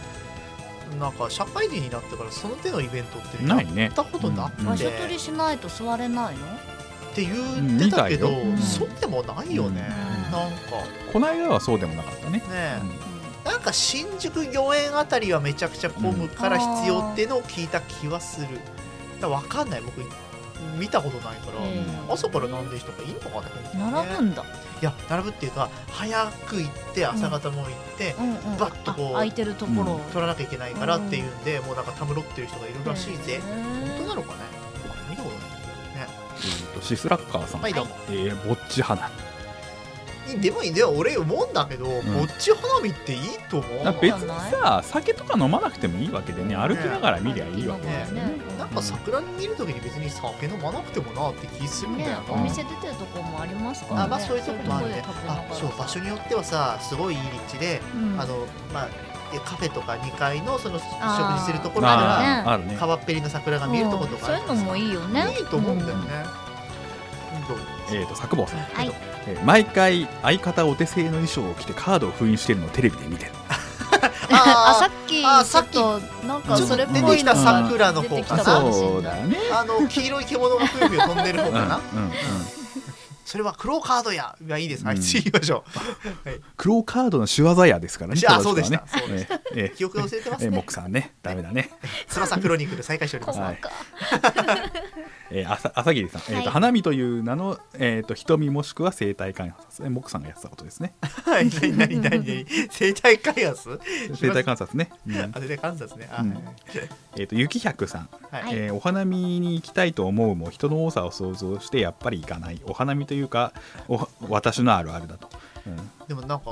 Speaker 1: なんか社会人になってからその手のイベントって
Speaker 3: ないね
Speaker 1: やったことな
Speaker 3: うん
Speaker 2: 場
Speaker 1: くて
Speaker 2: 所取りしないと座れな
Speaker 1: っ
Speaker 2: いの
Speaker 1: て言ってたけど、
Speaker 3: う
Speaker 2: みた
Speaker 3: ん
Speaker 2: いようん
Speaker 1: そうでもないよね、
Speaker 2: うん
Speaker 1: なんか
Speaker 3: この間はそうでもなかったね、
Speaker 1: ね、
Speaker 3: うん
Speaker 1: なんか新宿御苑あたりはめちゃくちゃ混むから必要っていうのを聞いた気はする、だから分かんない僕見たことないから、
Speaker 2: ええ
Speaker 1: 朝から並んでる人がいいのかな、
Speaker 2: 並ぶ
Speaker 1: い
Speaker 2: んだ、
Speaker 1: や並ぶっていうか早く行って朝方も行って、
Speaker 2: うんうん、
Speaker 1: バッとこう
Speaker 2: あ空いてるところを、
Speaker 1: 取らなきゃいけないからっていうんで、もうなんかたむろってる人がいるらしいぜ、本当なのかね見たことないね
Speaker 3: えーとシスラッカーさん、
Speaker 1: はいどうも
Speaker 3: えーぼっち花見
Speaker 1: いいでもいいでも俺思うんだけど、
Speaker 3: ん
Speaker 1: ぼっち花見っていいと思う
Speaker 3: だから別にさ酒とか飲まなくてもいいわけでね歩きながら見りゃいいわけですよね
Speaker 2: ね
Speaker 1: なんか桜見るときに別に酒飲まなくてもなって気するんだよ
Speaker 2: ね
Speaker 1: な、
Speaker 2: お店出てるとこもありますから、ね、
Speaker 1: あまあそういうとこもあるね
Speaker 2: そういうとこ
Speaker 1: あ
Speaker 2: で食べながら
Speaker 1: そう場所によってはさすごいいい立地で、
Speaker 2: うん
Speaker 1: あのまあえカフェとか2階のその食
Speaker 2: あー
Speaker 1: 事するところ
Speaker 2: あ
Speaker 1: か
Speaker 3: あーあるね
Speaker 1: ら川っぺりの桜が見えるところとか
Speaker 2: うんそういうのも
Speaker 1: い
Speaker 2: いいよね
Speaker 1: いいと思うんだよね、どう
Speaker 3: えーと作坊さん、
Speaker 5: は
Speaker 3: え
Speaker 5: い
Speaker 3: ー毎回相方お手製の衣装を着てカードを封印してるのをテレビで見てる
Speaker 2: あ
Speaker 1: あ
Speaker 2: さ
Speaker 1: ー
Speaker 2: っき
Speaker 1: あさっき
Speaker 2: ちょっとなんか
Speaker 1: ちょっ
Speaker 2: そ
Speaker 1: と
Speaker 2: れ
Speaker 1: 出
Speaker 2: っぽ
Speaker 1: て
Speaker 2: い
Speaker 1: き
Speaker 2: の
Speaker 1: た
Speaker 2: が
Speaker 1: 桜の方
Speaker 2: 出てき
Speaker 1: か
Speaker 2: た
Speaker 1: な
Speaker 2: そうだ
Speaker 3: ね
Speaker 1: あの黄色い獣がくるびを飛んでる方かな
Speaker 3: うんうん
Speaker 1: それはクローカードやがいいですはい、
Speaker 3: うん
Speaker 1: 次行きましょ
Speaker 3: クローカードの仕業やですからね。
Speaker 1: じゃあ
Speaker 3: 正しくはね
Speaker 1: そうでし
Speaker 3: えええ
Speaker 1: う記憶が忘れてま
Speaker 3: ええ
Speaker 1: す
Speaker 3: え
Speaker 1: ね
Speaker 3: モックさんね、ダメだね。
Speaker 1: 翼クロニクル再開しております、
Speaker 3: は
Speaker 2: 細
Speaker 3: い
Speaker 2: か
Speaker 3: えー、あさ朝霧さん、えーと
Speaker 5: はい
Speaker 3: 花見という名の、えー、と瞳もしくは生態観察ですね、モックさんがやってたこ とですね。
Speaker 1: はい、何何何何生態開発
Speaker 3: 生態観察ね。うん
Speaker 1: あ、生態観察ね。あ、
Speaker 3: うんえー、と雪百さん、
Speaker 1: はい
Speaker 2: はい
Speaker 3: えーお花見に行きたいと思うも人の多さを想像してやっぱり行かないお花見というかお私のあるあるだと、うん
Speaker 1: でもなんか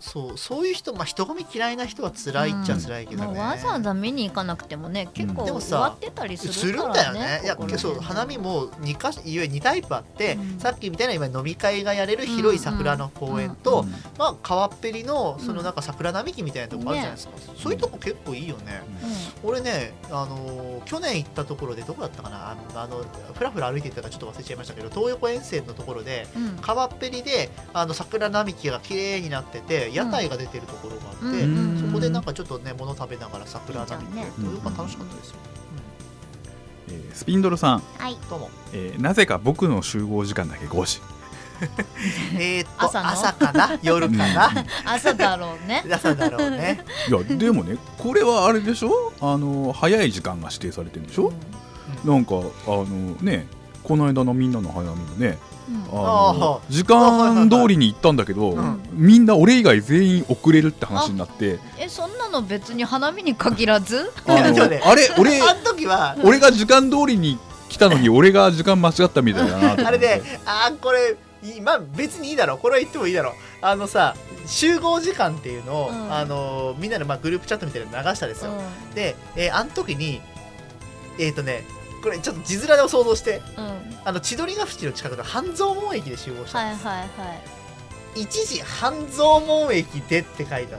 Speaker 1: そうそういう人、まあ、人混み嫌いな人は辛いっちゃ辛いけどね、
Speaker 2: もうわざわざ見に行かなくてもね結構
Speaker 1: でも
Speaker 2: 終
Speaker 1: さ
Speaker 2: わってたりす
Speaker 1: す
Speaker 2: る
Speaker 1: る
Speaker 2: か
Speaker 1: んだ
Speaker 2: ら
Speaker 1: よ
Speaker 2: ね
Speaker 1: ね。いや、
Speaker 2: ここら
Speaker 1: そう、
Speaker 2: 辺
Speaker 1: 花見も二か所、いわゆる二タイプあって、
Speaker 2: うん
Speaker 1: さっきみたいな今飲み会がやれる広い桜の公園と、
Speaker 3: うん
Speaker 1: まあ川っぺりのそのなんか桜並木みたいなとこあるじゃないですか。そういうとこ結構いいよね。俺ね、あのー去年行ったところでどこだったかな、あのあのふらふら歩いてたからちょっと忘れちゃいましたけど、東横沿線のところで。
Speaker 2: うんうん
Speaker 1: 川っぺりであの桜並木が綺麗になってて屋台が出てるところがあって、
Speaker 2: うん
Speaker 3: うん
Speaker 1: そこでなんかちょっとね物食べながら桜並木
Speaker 2: いい
Speaker 3: じゃんね
Speaker 1: というか楽しかったです よ、
Speaker 3: えースピンドルさん、
Speaker 5: はい
Speaker 1: うんどうも
Speaker 3: えーなぜか僕の集合時間だけ5時
Speaker 1: えーっと
Speaker 2: 朝の
Speaker 1: 朝か な夜かな
Speaker 2: 朝だろうね
Speaker 1: 朝だろう ね、
Speaker 3: いやでもねこれはあれでしょあの早い時間が指定されてるんでしょ、なんかあのねこの間のみんなの早見のね
Speaker 2: うん
Speaker 3: あ
Speaker 1: あ
Speaker 3: の
Speaker 1: あ
Speaker 3: 時間通りに行ったんだけど、
Speaker 1: うん
Speaker 3: みんな俺以外全員遅れるって話になって
Speaker 2: えそんなの別に花見に限らず
Speaker 3: あ
Speaker 1: あ
Speaker 3: の
Speaker 1: そうね
Speaker 3: あれ俺
Speaker 1: あの時は
Speaker 3: 俺が時間通りに来た のに俺が時間間違ったみたいだなと思って
Speaker 1: あれであーこれ今別にいいだろうこれは言ってもいいだろうあのさ集合時間っていうのを、
Speaker 2: うん
Speaker 1: あのーみんなのまあグループチャットみたいなの流したですよ、
Speaker 2: う
Speaker 1: で、えーあの時にえーっ、とねこれちょっと字面を想像して
Speaker 2: ん、うん
Speaker 1: あの千鳥ヶ淵の近くの半蔵門駅で集合したん
Speaker 2: はい
Speaker 1: です、
Speaker 2: はいはい
Speaker 1: 一時半蔵門駅でって書いてあった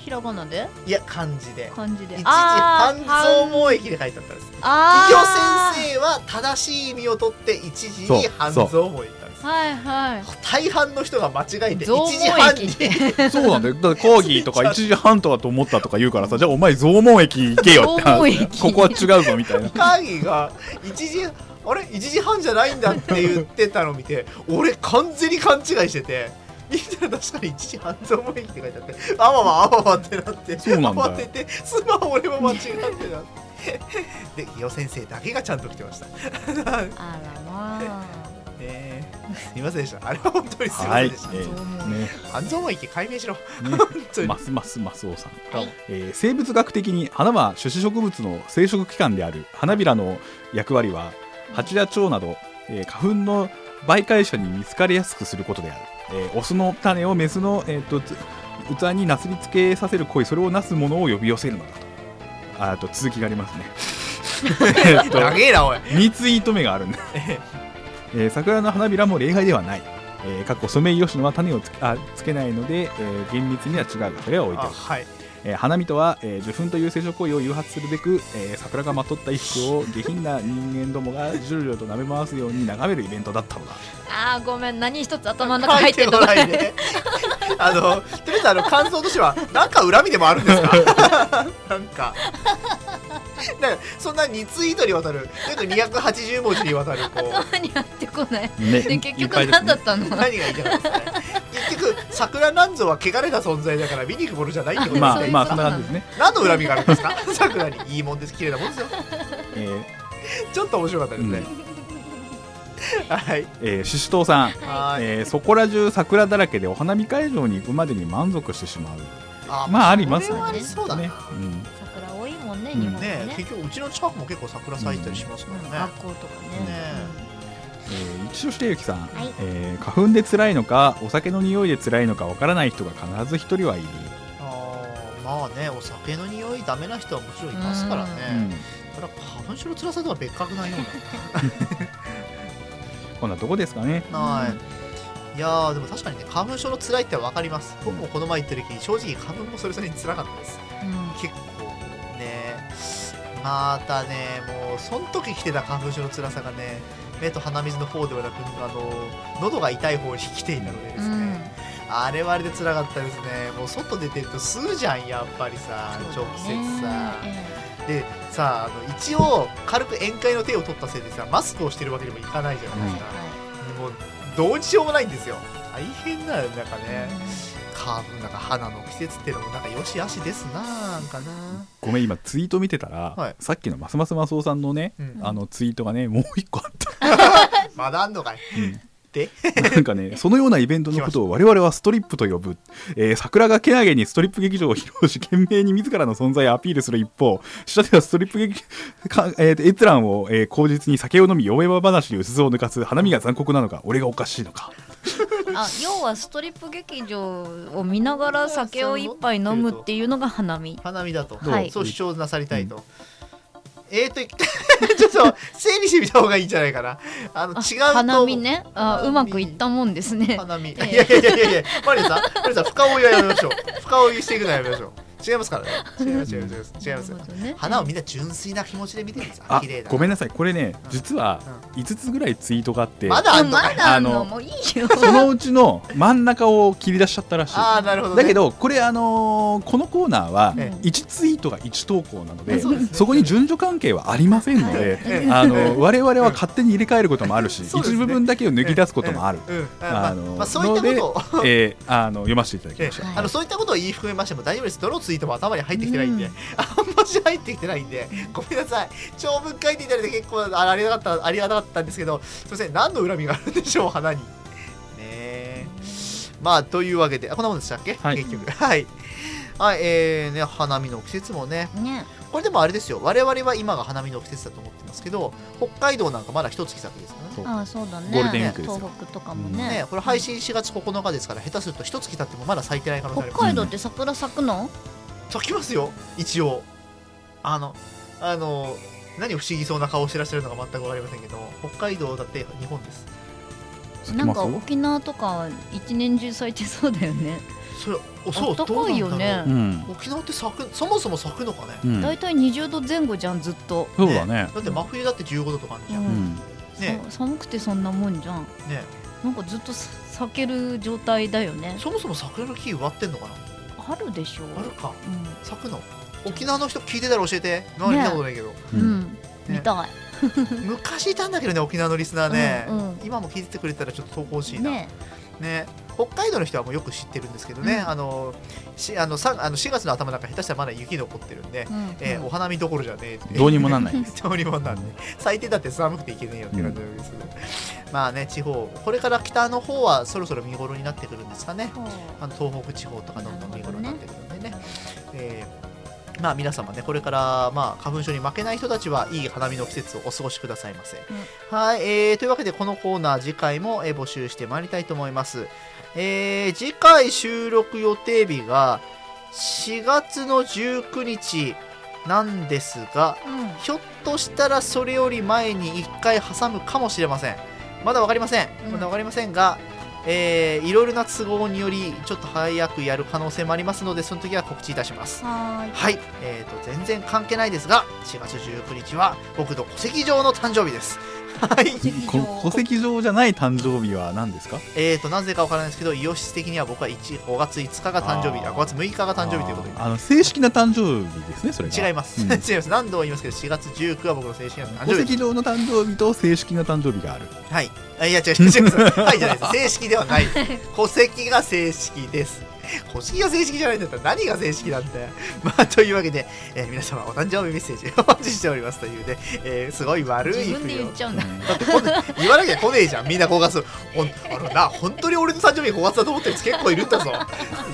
Speaker 2: ひらがなで
Speaker 1: いや漢字で
Speaker 2: 漢字で
Speaker 1: 一時
Speaker 2: あ
Speaker 1: 半
Speaker 2: ー
Speaker 1: 蔵門駅で書いてあったんです伊
Speaker 2: あ
Speaker 1: 予先生は正しい意味を取って一時に半蔵門駅行ったんです
Speaker 2: 生はいはい
Speaker 1: 大半の人が間違えて一
Speaker 2: 蔵門
Speaker 1: 時半に
Speaker 2: 駅って
Speaker 3: そうなんだよだって講 義とか1時半とかと思ったとか言うからさじゃあお前蔵門駅行けよって
Speaker 2: 蔵門
Speaker 3: 話
Speaker 2: 駅
Speaker 3: ここは違うぞみたいな
Speaker 1: 会議が一時あれ一時半じゃないんだって言ってたのを見て俺完全に勘違いしてて見たら確かに一時半蔵門駅って書いてあってあわわあわわってなって
Speaker 3: そうなんだよ
Speaker 1: 慌ててスマホ俺も間違ってなってで伊予先生だけがちゃんと来てましたね
Speaker 2: あらまあ
Speaker 1: えすいませんでしたあれは本当にすいま
Speaker 3: は
Speaker 1: せ
Speaker 3: い
Speaker 1: んでした、
Speaker 3: えーね
Speaker 1: 半蔵門駅解明しろ
Speaker 3: ね
Speaker 1: 本当に
Speaker 3: ますますマスオさん、
Speaker 1: はい
Speaker 3: えー生物学的に花は種子植物の生殖器官である花びらの役割はハチや蝶など、えー花粉の媒介者に見つかりやすくすることである、えーオスの種をメスの、えー、とつ器になすりつけさせる恋それをなすものを呼び寄せるのだとああと続きがあります ねえーっと
Speaker 1: 長えなおい
Speaker 3: 2ツイート目があるんだ、 えー桜の花びらも例外ではない、えー、かっこソメイヨシノは種をつけあつけないので、えー厳密には違うがそれは置いて
Speaker 1: あ
Speaker 3: おく、
Speaker 1: はい
Speaker 3: えー花見とは、えー受粉という生殖行為を誘発するべく、えー桜がまとった衣服を下品な人間どもがじゅるじゅると舐め回すように眺めるイベントだったのだ
Speaker 2: あーごめん何一つ頭の中入ってこな
Speaker 1: 書
Speaker 2: い
Speaker 1: いであのとりあえずあの感想としてはなんか恨みでもあるんですかなんかなんかそんな2ツイートにわたる約280文字にわたるこう
Speaker 2: 頭に入ってこない
Speaker 3: ね
Speaker 2: で結局何だったの
Speaker 1: 何が言いたかったんですかね結局桜なんぞは汚れた存在だから見に行くものじゃないってことですね、
Speaker 3: まあまあ
Speaker 2: そ
Speaker 3: そん
Speaker 2: ういうこと
Speaker 3: な感じですね、
Speaker 1: 何の恨みがあるんですか桜にいいもんです綺麗なもんですよ
Speaker 3: えー
Speaker 1: ちょっと面白かったですね、はい
Speaker 3: えー、シシトウさん、
Speaker 1: はい、
Speaker 3: えーそこら中桜だらけでお花見会場に行くまでに満足してしまう
Speaker 1: あ
Speaker 3: まああります
Speaker 1: これ
Speaker 3: ね
Speaker 1: はありそうだね
Speaker 3: ね、うん
Speaker 2: 桜多いもんね
Speaker 3: うん
Speaker 2: 日本は
Speaker 1: ね
Speaker 2: ね
Speaker 1: 結局うちの近くも結構桜咲いたりしますもんね、
Speaker 2: 学校とかね
Speaker 1: ね
Speaker 3: えー一応してゆきさん、
Speaker 5: はい
Speaker 3: えー花粉で辛いのかお酒の匂いで辛いのかわからない人が必ず一人はいる、
Speaker 1: あーまあねお酒の匂いダメな人はもちろんいますからね、
Speaker 3: うん
Speaker 1: ただ花粉症の辛さとは別格なよう
Speaker 3: こんなとこですかね
Speaker 1: なはいいやーでも確かにね花粉症の辛いってわかります僕もこの前行った時に正直花粉もそれそれに辛かったです
Speaker 2: うん
Speaker 1: 結構ねまたねもうその時来てた花粉症の辛さがね目と鼻水の方ではなくあの喉が痛い方に来ていたのでですね、あれはあれで辛かったですねもう外出てると吸うじゃんやっぱりさ、直接さ、でさああの一応軽く宴会の手を取ったせいでさマスクをしてるわけにもいかないじゃないですか、もうどうしようもないんですよ大変だよなんかねカーブなんか花の季節ってのもなんかよしあしですななんかな
Speaker 3: ごめん今ツイート見てたら、
Speaker 1: はい
Speaker 3: さっきのますますマスオさんのね、
Speaker 1: うん
Speaker 3: あのツイートがねもう一個あった
Speaker 1: まだあんのかい、で
Speaker 3: なん かねそのようなイベントのことを我々はストリップと呼ぶ、えー桜がけなげにストリップ劇場を披 露し懸命に自らの存在をアピールする一方下ではストリップ劇か、えー、閲覧を、えー口実に酒を飲み弱々話にうすを抜かす花見が残酷なのか俺がおかしいのか
Speaker 2: あ要はストリップ劇場を見ながら酒を一杯飲むっていうのが花見
Speaker 1: 花見だと、
Speaker 2: はい
Speaker 1: そう主張なさりたいと、えーと ちょっと整理してみた方がいいんじゃないかなあの
Speaker 2: あ
Speaker 1: 違うと
Speaker 2: 花見ねあ
Speaker 1: 花見
Speaker 2: うまくいったもんですね
Speaker 1: 花見、い
Speaker 2: え
Speaker 1: やいやいやいやいやマリさんマリさん深追いはやめましょう深追いしていくのはやめましょう違いますからね違います違います違います違い
Speaker 2: なる
Speaker 1: ま
Speaker 2: ほ
Speaker 1: す
Speaker 2: どね
Speaker 1: 花をみんな純粋な気持ちで見てるんですよ
Speaker 3: あ
Speaker 1: 綺麗だ
Speaker 3: ごめん
Speaker 1: ん
Speaker 3: なさいこれね実は5つぐらいツイートがあって、
Speaker 1: まだあんの
Speaker 2: ま
Speaker 1: かい
Speaker 2: だあん
Speaker 3: あ
Speaker 2: の
Speaker 3: の
Speaker 2: もういいよ
Speaker 3: そのうちの真ん中を切り出しちゃったらしい
Speaker 1: ああなるほど、ね、
Speaker 3: だけどこれあのーこのコーナーは
Speaker 1: え
Speaker 3: 1ツイートが1投稿なので
Speaker 1: あそうですね
Speaker 3: そこに順序関係はありませんので
Speaker 1: ええ
Speaker 3: あの ー我々は勝手に入れ替えることもあるし
Speaker 1: そうです
Speaker 3: 一
Speaker 1: ね
Speaker 3: 部分だけを抜き出すこともある
Speaker 1: うん、あ
Speaker 3: あ
Speaker 1: の
Speaker 3: の
Speaker 1: まあ、そういったことを
Speaker 3: えーあの読ませていただき
Speaker 1: え
Speaker 3: まし
Speaker 1: え
Speaker 3: た
Speaker 1: あのそういったことを言い含めましても大丈夫です。どのツイートも頭に入ってきてないんで、
Speaker 2: うん
Speaker 1: あんまし入ってきてないんで、ごめんなさい。長文書いていただいて結構あありがたかった、ありがたかったんですけど、すみません、何の恨みがあるんでしょう、花に。ねえ。まあ、というわけで、あこんなもんでしたっけ、
Speaker 3: はい
Speaker 1: 結局。はい。はい、えー、ね、花見の季節もね、
Speaker 2: ね
Speaker 1: これでもあれですよ、我々は今が花見の季節だと思ってますけど、北海道なんかまだ一月先ですからね。
Speaker 3: そう
Speaker 2: あそうだね
Speaker 3: ゴールデンウィークですよ
Speaker 2: 東北とかも
Speaker 1: ね
Speaker 2: ね、
Speaker 1: これ配信4月9日ですから下手すると一月経ってもまだ咲いてない可能性あります
Speaker 2: 北海道って桜咲くの
Speaker 1: ときますよ一応あのあの何を不思議そうな顔をしてらっしゃるのか全く分かりませんけど北海道だって日本です
Speaker 3: 咲き
Speaker 2: なん
Speaker 3: ます
Speaker 2: か沖縄とか一年中咲いてそうだよね
Speaker 1: それおそう
Speaker 2: あったかいよね
Speaker 1: どうなんだ
Speaker 3: う
Speaker 1: ろ
Speaker 3: ん
Speaker 1: う沖縄って咲くそもそも咲くのかね
Speaker 3: うん
Speaker 2: だいたい20度前後じゃんずっと、
Speaker 3: そうだね
Speaker 1: だって真冬だって15度とかあるじゃん、
Speaker 2: う
Speaker 3: うん
Speaker 1: ね
Speaker 3: ん
Speaker 1: ね
Speaker 2: そう寒くてそんなもんじゃんなんかずっとさ咲ける状態だよね
Speaker 1: そもそも桜の木植わってんのかな
Speaker 2: あるでしょう
Speaker 1: あるか咲くの
Speaker 2: うん
Speaker 1: 沖縄の人聞いてたら教えて今まで見たことないけど、
Speaker 2: うん、うん
Speaker 1: ね
Speaker 2: 見た
Speaker 1: 昔いたんだけどね沖縄のリスナーね、
Speaker 2: うんうん
Speaker 1: 今も聞いててくれたらちょっと投稿欲しい
Speaker 2: い
Speaker 1: な、
Speaker 2: ね
Speaker 1: ね、北海道の人はもうよく知ってるんですけどね、
Speaker 2: うん
Speaker 1: あのしあのさあの4月の頭なんか下手したらまだ雪残ってるんで、
Speaker 2: うん
Speaker 1: えーお花見どころじゃねえって
Speaker 3: どうにもなんないで す
Speaker 1: どうにもなんで最低だって寒くていけねえよって感じですけど、まあね地方これから北の方はそろそろ見頃になってくるんですかね
Speaker 2: そう
Speaker 1: あの東北地方とかどんどん見頃になってくるんでね。えーまあ皆様ね、これから、まあ、花粉症に負けない人たちはいい花見の季節をお過ごしくださいませ。はい、えーというわけでこのコーナー次回も、えー募集してまいりたいと思います。えー次回収録予定日が4月の19日なんですが、
Speaker 2: うん
Speaker 1: ひょっとしたらそれより前に1回挟むかもしれません。まだわかりません
Speaker 2: う。ん
Speaker 1: まだわかりませんが、えーいろいろな都合により、ちょっと早くやる可能性もありますので、その時は告知いたします。
Speaker 2: はーい
Speaker 1: はい、えー、と全然関係ないですが、4月19日は僕の戸籍上の誕生日です。はい、
Speaker 3: こ戸籍上じゃない誕生日は何ですか
Speaker 1: えーとなぜかわからないですけど、イオシス的には僕は1 5月5日が誕生日、
Speaker 3: あー
Speaker 1: あ5月6日が誕生日ということ
Speaker 3: あーあの正式な誕生日ですねそれ
Speaker 1: で、
Speaker 3: が
Speaker 1: 違います、
Speaker 3: う ん
Speaker 1: 違います、何度も言いますけど、4月19日は僕の正式な誕
Speaker 3: 戸
Speaker 1: 生日
Speaker 3: 籍上の誕生日と正式な誕生日がある
Speaker 1: はい。あいや、違う違う違う。はいじゃないです。正式ではない。戸籍が正式です。戸籍が正式じゃないんだったら何が正式なんだよ。まあ、というわけで、えー皆様お誕生日メッセージお待ちしておりますというね、えーすごい悪い
Speaker 2: 自分
Speaker 1: 振
Speaker 2: で
Speaker 1: り
Speaker 2: 言
Speaker 1: を
Speaker 2: っ。ちゃうんだ、
Speaker 1: だってこんな言わなきゃ来ねえじゃんみんな5月ほんあのな本当に俺の誕生日5月だと思ってるやつ結構いるんだぞ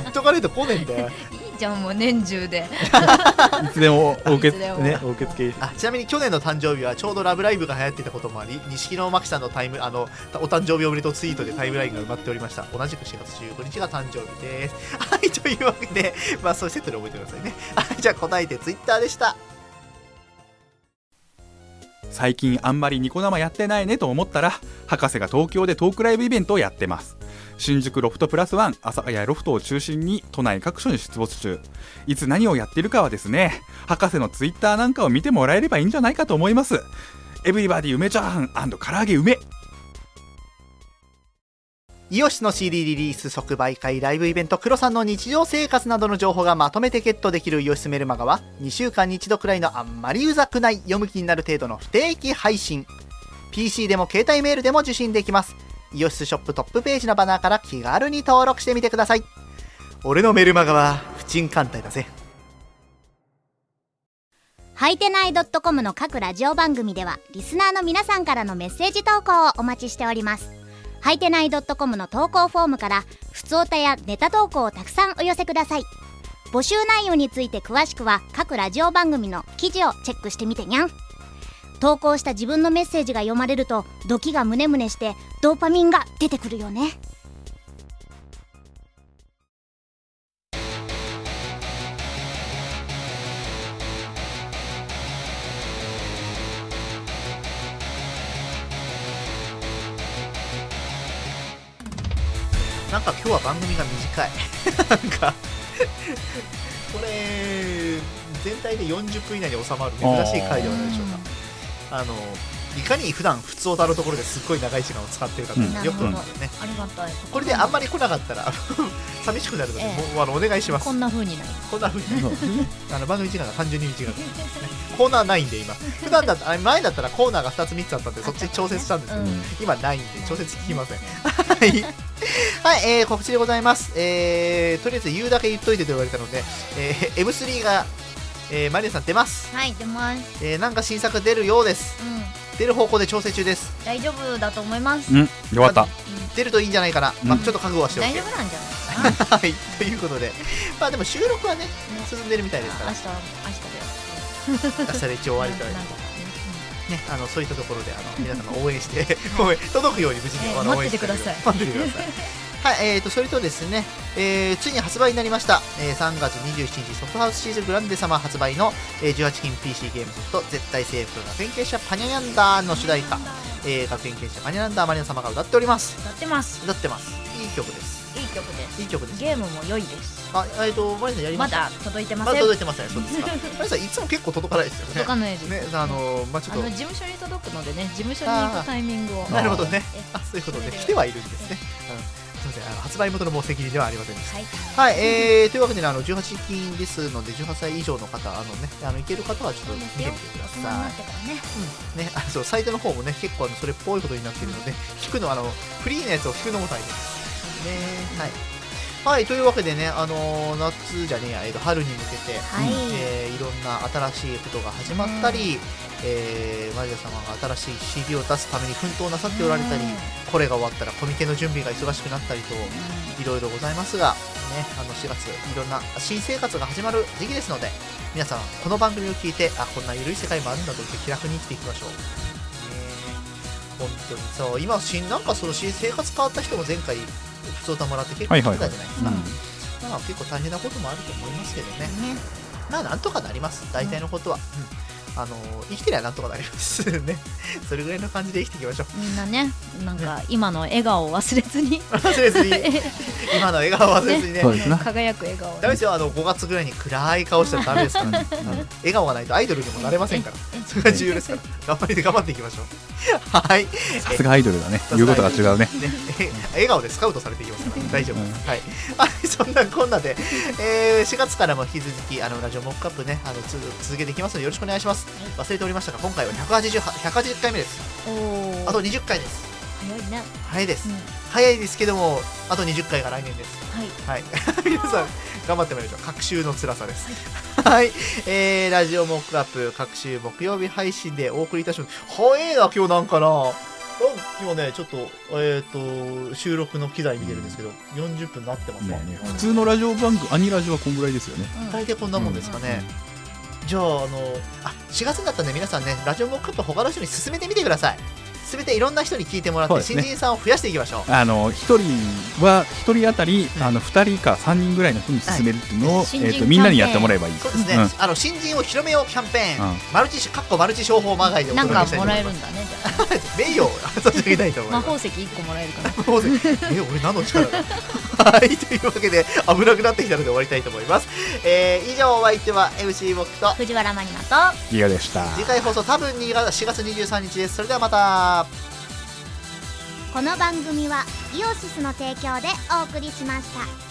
Speaker 1: 言っとかねえと来ねえんだよ
Speaker 2: いいじゃんもう年中で
Speaker 3: いつでもお受け
Speaker 2: いつでも
Speaker 3: ねお受付
Speaker 1: あちなみに去年の誕生日はちょうど「ラブライブ!」が流行っていたこともあり錦野真紀さんのタイムあのお誕生日おめでとうツイートでタイムラインが埋まっておりました同じく4月15日が誕生日ですはいというわけでまあそういうセットで覚えてくださいねはいじゃあ答えてツイッターでした
Speaker 3: 最近あんまりニコ生やってないねと思ったら博士が東京でトークライブイベントをやってます新宿ロフトプラスワン朝早ロフトを中心に都内各所に出没中いつ何をやってるかはですね博士のツイッターなんかを見てもらえればいいんじゃないかと思いますエブリバディ梅チャーハン唐揚げ梅
Speaker 1: イオシスの CD リリース即売会ライブイベントクロさんの日常生活などの情報がまとめてゲットできるイオシスメルマガは2週間に1度くらいのあんまりうざくない読む気になる程度の不定期配信 PC でも携帯メールでも受信できますイオシスショップトップページのバナーから気軽に登録してみてください俺のメルマガは不沈艦隊だぜ
Speaker 5: はいてない .com の各ラジオ番組ではリスナーの皆さんからのメッセージ投稿をお待ちしておりますはいてない .com の投稿フォームから普通歌やネタ投稿をたくさんお寄せください募集内容について詳しくは各ラジオ番組の記事をチェックしてみてにゃん投稿した自分のメッセージが読まれるとドキがムネムネしてドーパミンが出てくるよね
Speaker 1: なんか今日は番組が短い なんかこれ全体で40分以内に収まる珍しい回ではないでしょうかあのいかに普段普通をたるところですっごい長い時間を使ってるかというのがよくわかるよね、
Speaker 2: ありがたい
Speaker 1: これであんまり来なかったら 寂しくなるので、
Speaker 2: ええ
Speaker 1: もうあのお願いします
Speaker 2: こんな風になる
Speaker 1: こんなふうに あの番組時間が単純に短くなってますねコーナーないんで今普段だったあ前だったらコーナーが2つ3つあったんでそっち調節したんですけど、
Speaker 2: うん
Speaker 1: 今ないんで調節聞きませんはい、 はいえー、告知でございます、えー、とりあえず言うだけ言っといてと言われたので、えー、M3 が、えー、マリアさん出ます、
Speaker 2: はい出ます
Speaker 1: えー、なんか新作出るようです
Speaker 2: うん
Speaker 1: 出る方向で調整中です
Speaker 2: 大丈夫だと思います
Speaker 3: うん、よかった。
Speaker 1: 出るといいんじゃないかな、まあ、ちょっと覚悟はしてお
Speaker 2: 大
Speaker 1: いて
Speaker 2: 丈夫なんじゃないか
Speaker 1: はいということでまあでも収録はね
Speaker 2: ね
Speaker 1: 進んでるみたいですか
Speaker 2: な
Speaker 1: ら
Speaker 2: 明日明日だよ
Speaker 1: 明日で一応終わりたい
Speaker 2: なんとか
Speaker 1: ね、あのそういったところ であの皆様応援して応援届くように無事に、
Speaker 2: ええ
Speaker 1: あの
Speaker 2: 待
Speaker 1: 応援
Speaker 2: ってて
Speaker 1: して
Speaker 2: ください
Speaker 1: 待っててくださいはい、えー、とそれとですね、えーついに発売になりました、えー3月27日ソフトハウスシーズグランデ様発売の、えー18金 PC ゲームソフト絶対制服学園傾斜パニャヤンダーの主題歌、えー、学園傾斜パニャヤンダーマリア様が歌っております
Speaker 2: 歌ってます
Speaker 1: 歌ってますいい曲です
Speaker 2: いい曲です
Speaker 1: いい曲です
Speaker 2: ゲームも良いです
Speaker 1: あえっ、とマリアさんやりま
Speaker 2: ま
Speaker 1: した
Speaker 2: だ届いてま
Speaker 1: まだ
Speaker 2: せん
Speaker 1: 届いてませんそうです かマリアさんいつも結構届かないですよね
Speaker 2: 届かないです
Speaker 1: ねあのまあちょっ
Speaker 2: あ
Speaker 1: と
Speaker 2: の事務所に届くのでね事務所に行くタイミングを
Speaker 1: なるほどね
Speaker 2: え。
Speaker 1: あ、そういうことで
Speaker 2: それで
Speaker 1: 来てはいるんですね。うん。すみませんあの、発売元のもう責任ではありませんでした。は
Speaker 2: はい
Speaker 1: い、えー、というわけでね、あの18金ですので、18歳以上の方、あのね、あの行ける方はちょっと見てみてください。ね、あそうサイトの方もね、結構あのそれっぽいことになっているので、聞くのあのフリーのやつを聞くのも大変です。ね、はい。はい、というわけでね、あのー夏じゃねえや、えーと、春に向けて、
Speaker 5: はい
Speaker 1: いえーいろんな新しいことが始まったり、えーマリア様が新しい CD を出すために奮闘なさっておられたり、これが終わったらコミケの準備が忙しくなったりと、いろいろございますが、ね、あの4月、いろんな新生活が始まる時期ですので、皆さん、この番組を聞いて、あ、こんな緩い世界もあるんだと言って気楽に生きていきましょう。ね本当にそう、今、しなんかその新生活変わった人も前回、普通たもらって結構
Speaker 3: は
Speaker 1: 聞
Speaker 3: い
Speaker 1: いた
Speaker 3: はい
Speaker 1: じ
Speaker 3: は
Speaker 1: ゃない
Speaker 3: い
Speaker 1: ですか。まあ、結構大変なこともあると思いますけどね。まあ、なんとかなります。大体のことは。うんあの生きてりゃなんとかなりますね。 それぐらいの感じで生きていきましょう。
Speaker 2: みんなねなんか今の笑顔を忘れず に
Speaker 1: 忘れずに、今の笑顔忘れずにね
Speaker 3: そうですな。
Speaker 2: 輝く笑顔を
Speaker 1: ダメですよあの5月ぐらいに暗い顔したらダメですから、ね、笑顔がないとアイドルにもなれませんからそれが重要ですから頑張りで頑張っていきましょうはい
Speaker 3: さすがアイドルだね。言うことが違うね。
Speaker 1: ねえ笑顔でスカウトされていきますから大丈夫です、はい あそんなこんなで、えー4月からも引き続きあのラジオモックアップねあのつ続けていきますのでよろしくお願いします忘れておりましたが今回は180 180回目です
Speaker 2: おお
Speaker 1: あと20回です
Speaker 2: 早いね
Speaker 1: 早いです、
Speaker 2: うん
Speaker 1: 早いですけどもあと20回が来年です
Speaker 2: は
Speaker 1: は
Speaker 2: い
Speaker 1: い、 皆さん頑張ってまいりましょう。各週の辛さです。はい、えー、ラジオモックアップ各週木曜日配信でお送りいたします。早いな今日なんかな。なん今ねちょっとえっ、と収録の機材見てるんですけど、40分なってます
Speaker 3: ま
Speaker 1: ね
Speaker 3: あ。ね、普通のラジオ番組、アニラジオはこんぐらいですよね。
Speaker 1: 大体こんなもんですかね。じゃああのあ4月になったんで皆さんねラジオモックアップ他の人に勧めてみてください。勧めていろんな人に聞いてもらって、
Speaker 3: そうです
Speaker 1: 新
Speaker 3: ね
Speaker 1: 人さんを増やしていきましょう。
Speaker 3: あの一人は一人当たり、あの二人か三人ぐらいの人に勧めるっていうのを、
Speaker 2: はい新人
Speaker 3: え
Speaker 2: キャンペー
Speaker 3: っと
Speaker 2: ン
Speaker 3: みんなにやってもらえばいい。
Speaker 1: そうですね、
Speaker 3: うん
Speaker 1: あの新人を広めようキャンペーン、
Speaker 3: うん
Speaker 1: マルチかっこマルチ商法まがいでお
Speaker 2: なん
Speaker 1: 届
Speaker 2: か
Speaker 1: けしたいと
Speaker 2: も
Speaker 1: 思い
Speaker 2: らえ
Speaker 1: ます
Speaker 2: るんだねじゃ
Speaker 1: 名誉を差し上げたいと思
Speaker 2: あ
Speaker 1: い
Speaker 2: 魔
Speaker 1: ます
Speaker 2: 法石一個もらえるかな
Speaker 1: 魔法勢え俺何の力だはいというわけで危なくなってきたので終わりたいと思います、えー以上お相手は MC 僕と
Speaker 5: 藤原マリナと
Speaker 3: ギガでした。
Speaker 1: 次回放送多分2月4月23日ですそれではまた
Speaker 5: この番組はイオシスの提供でお送りしました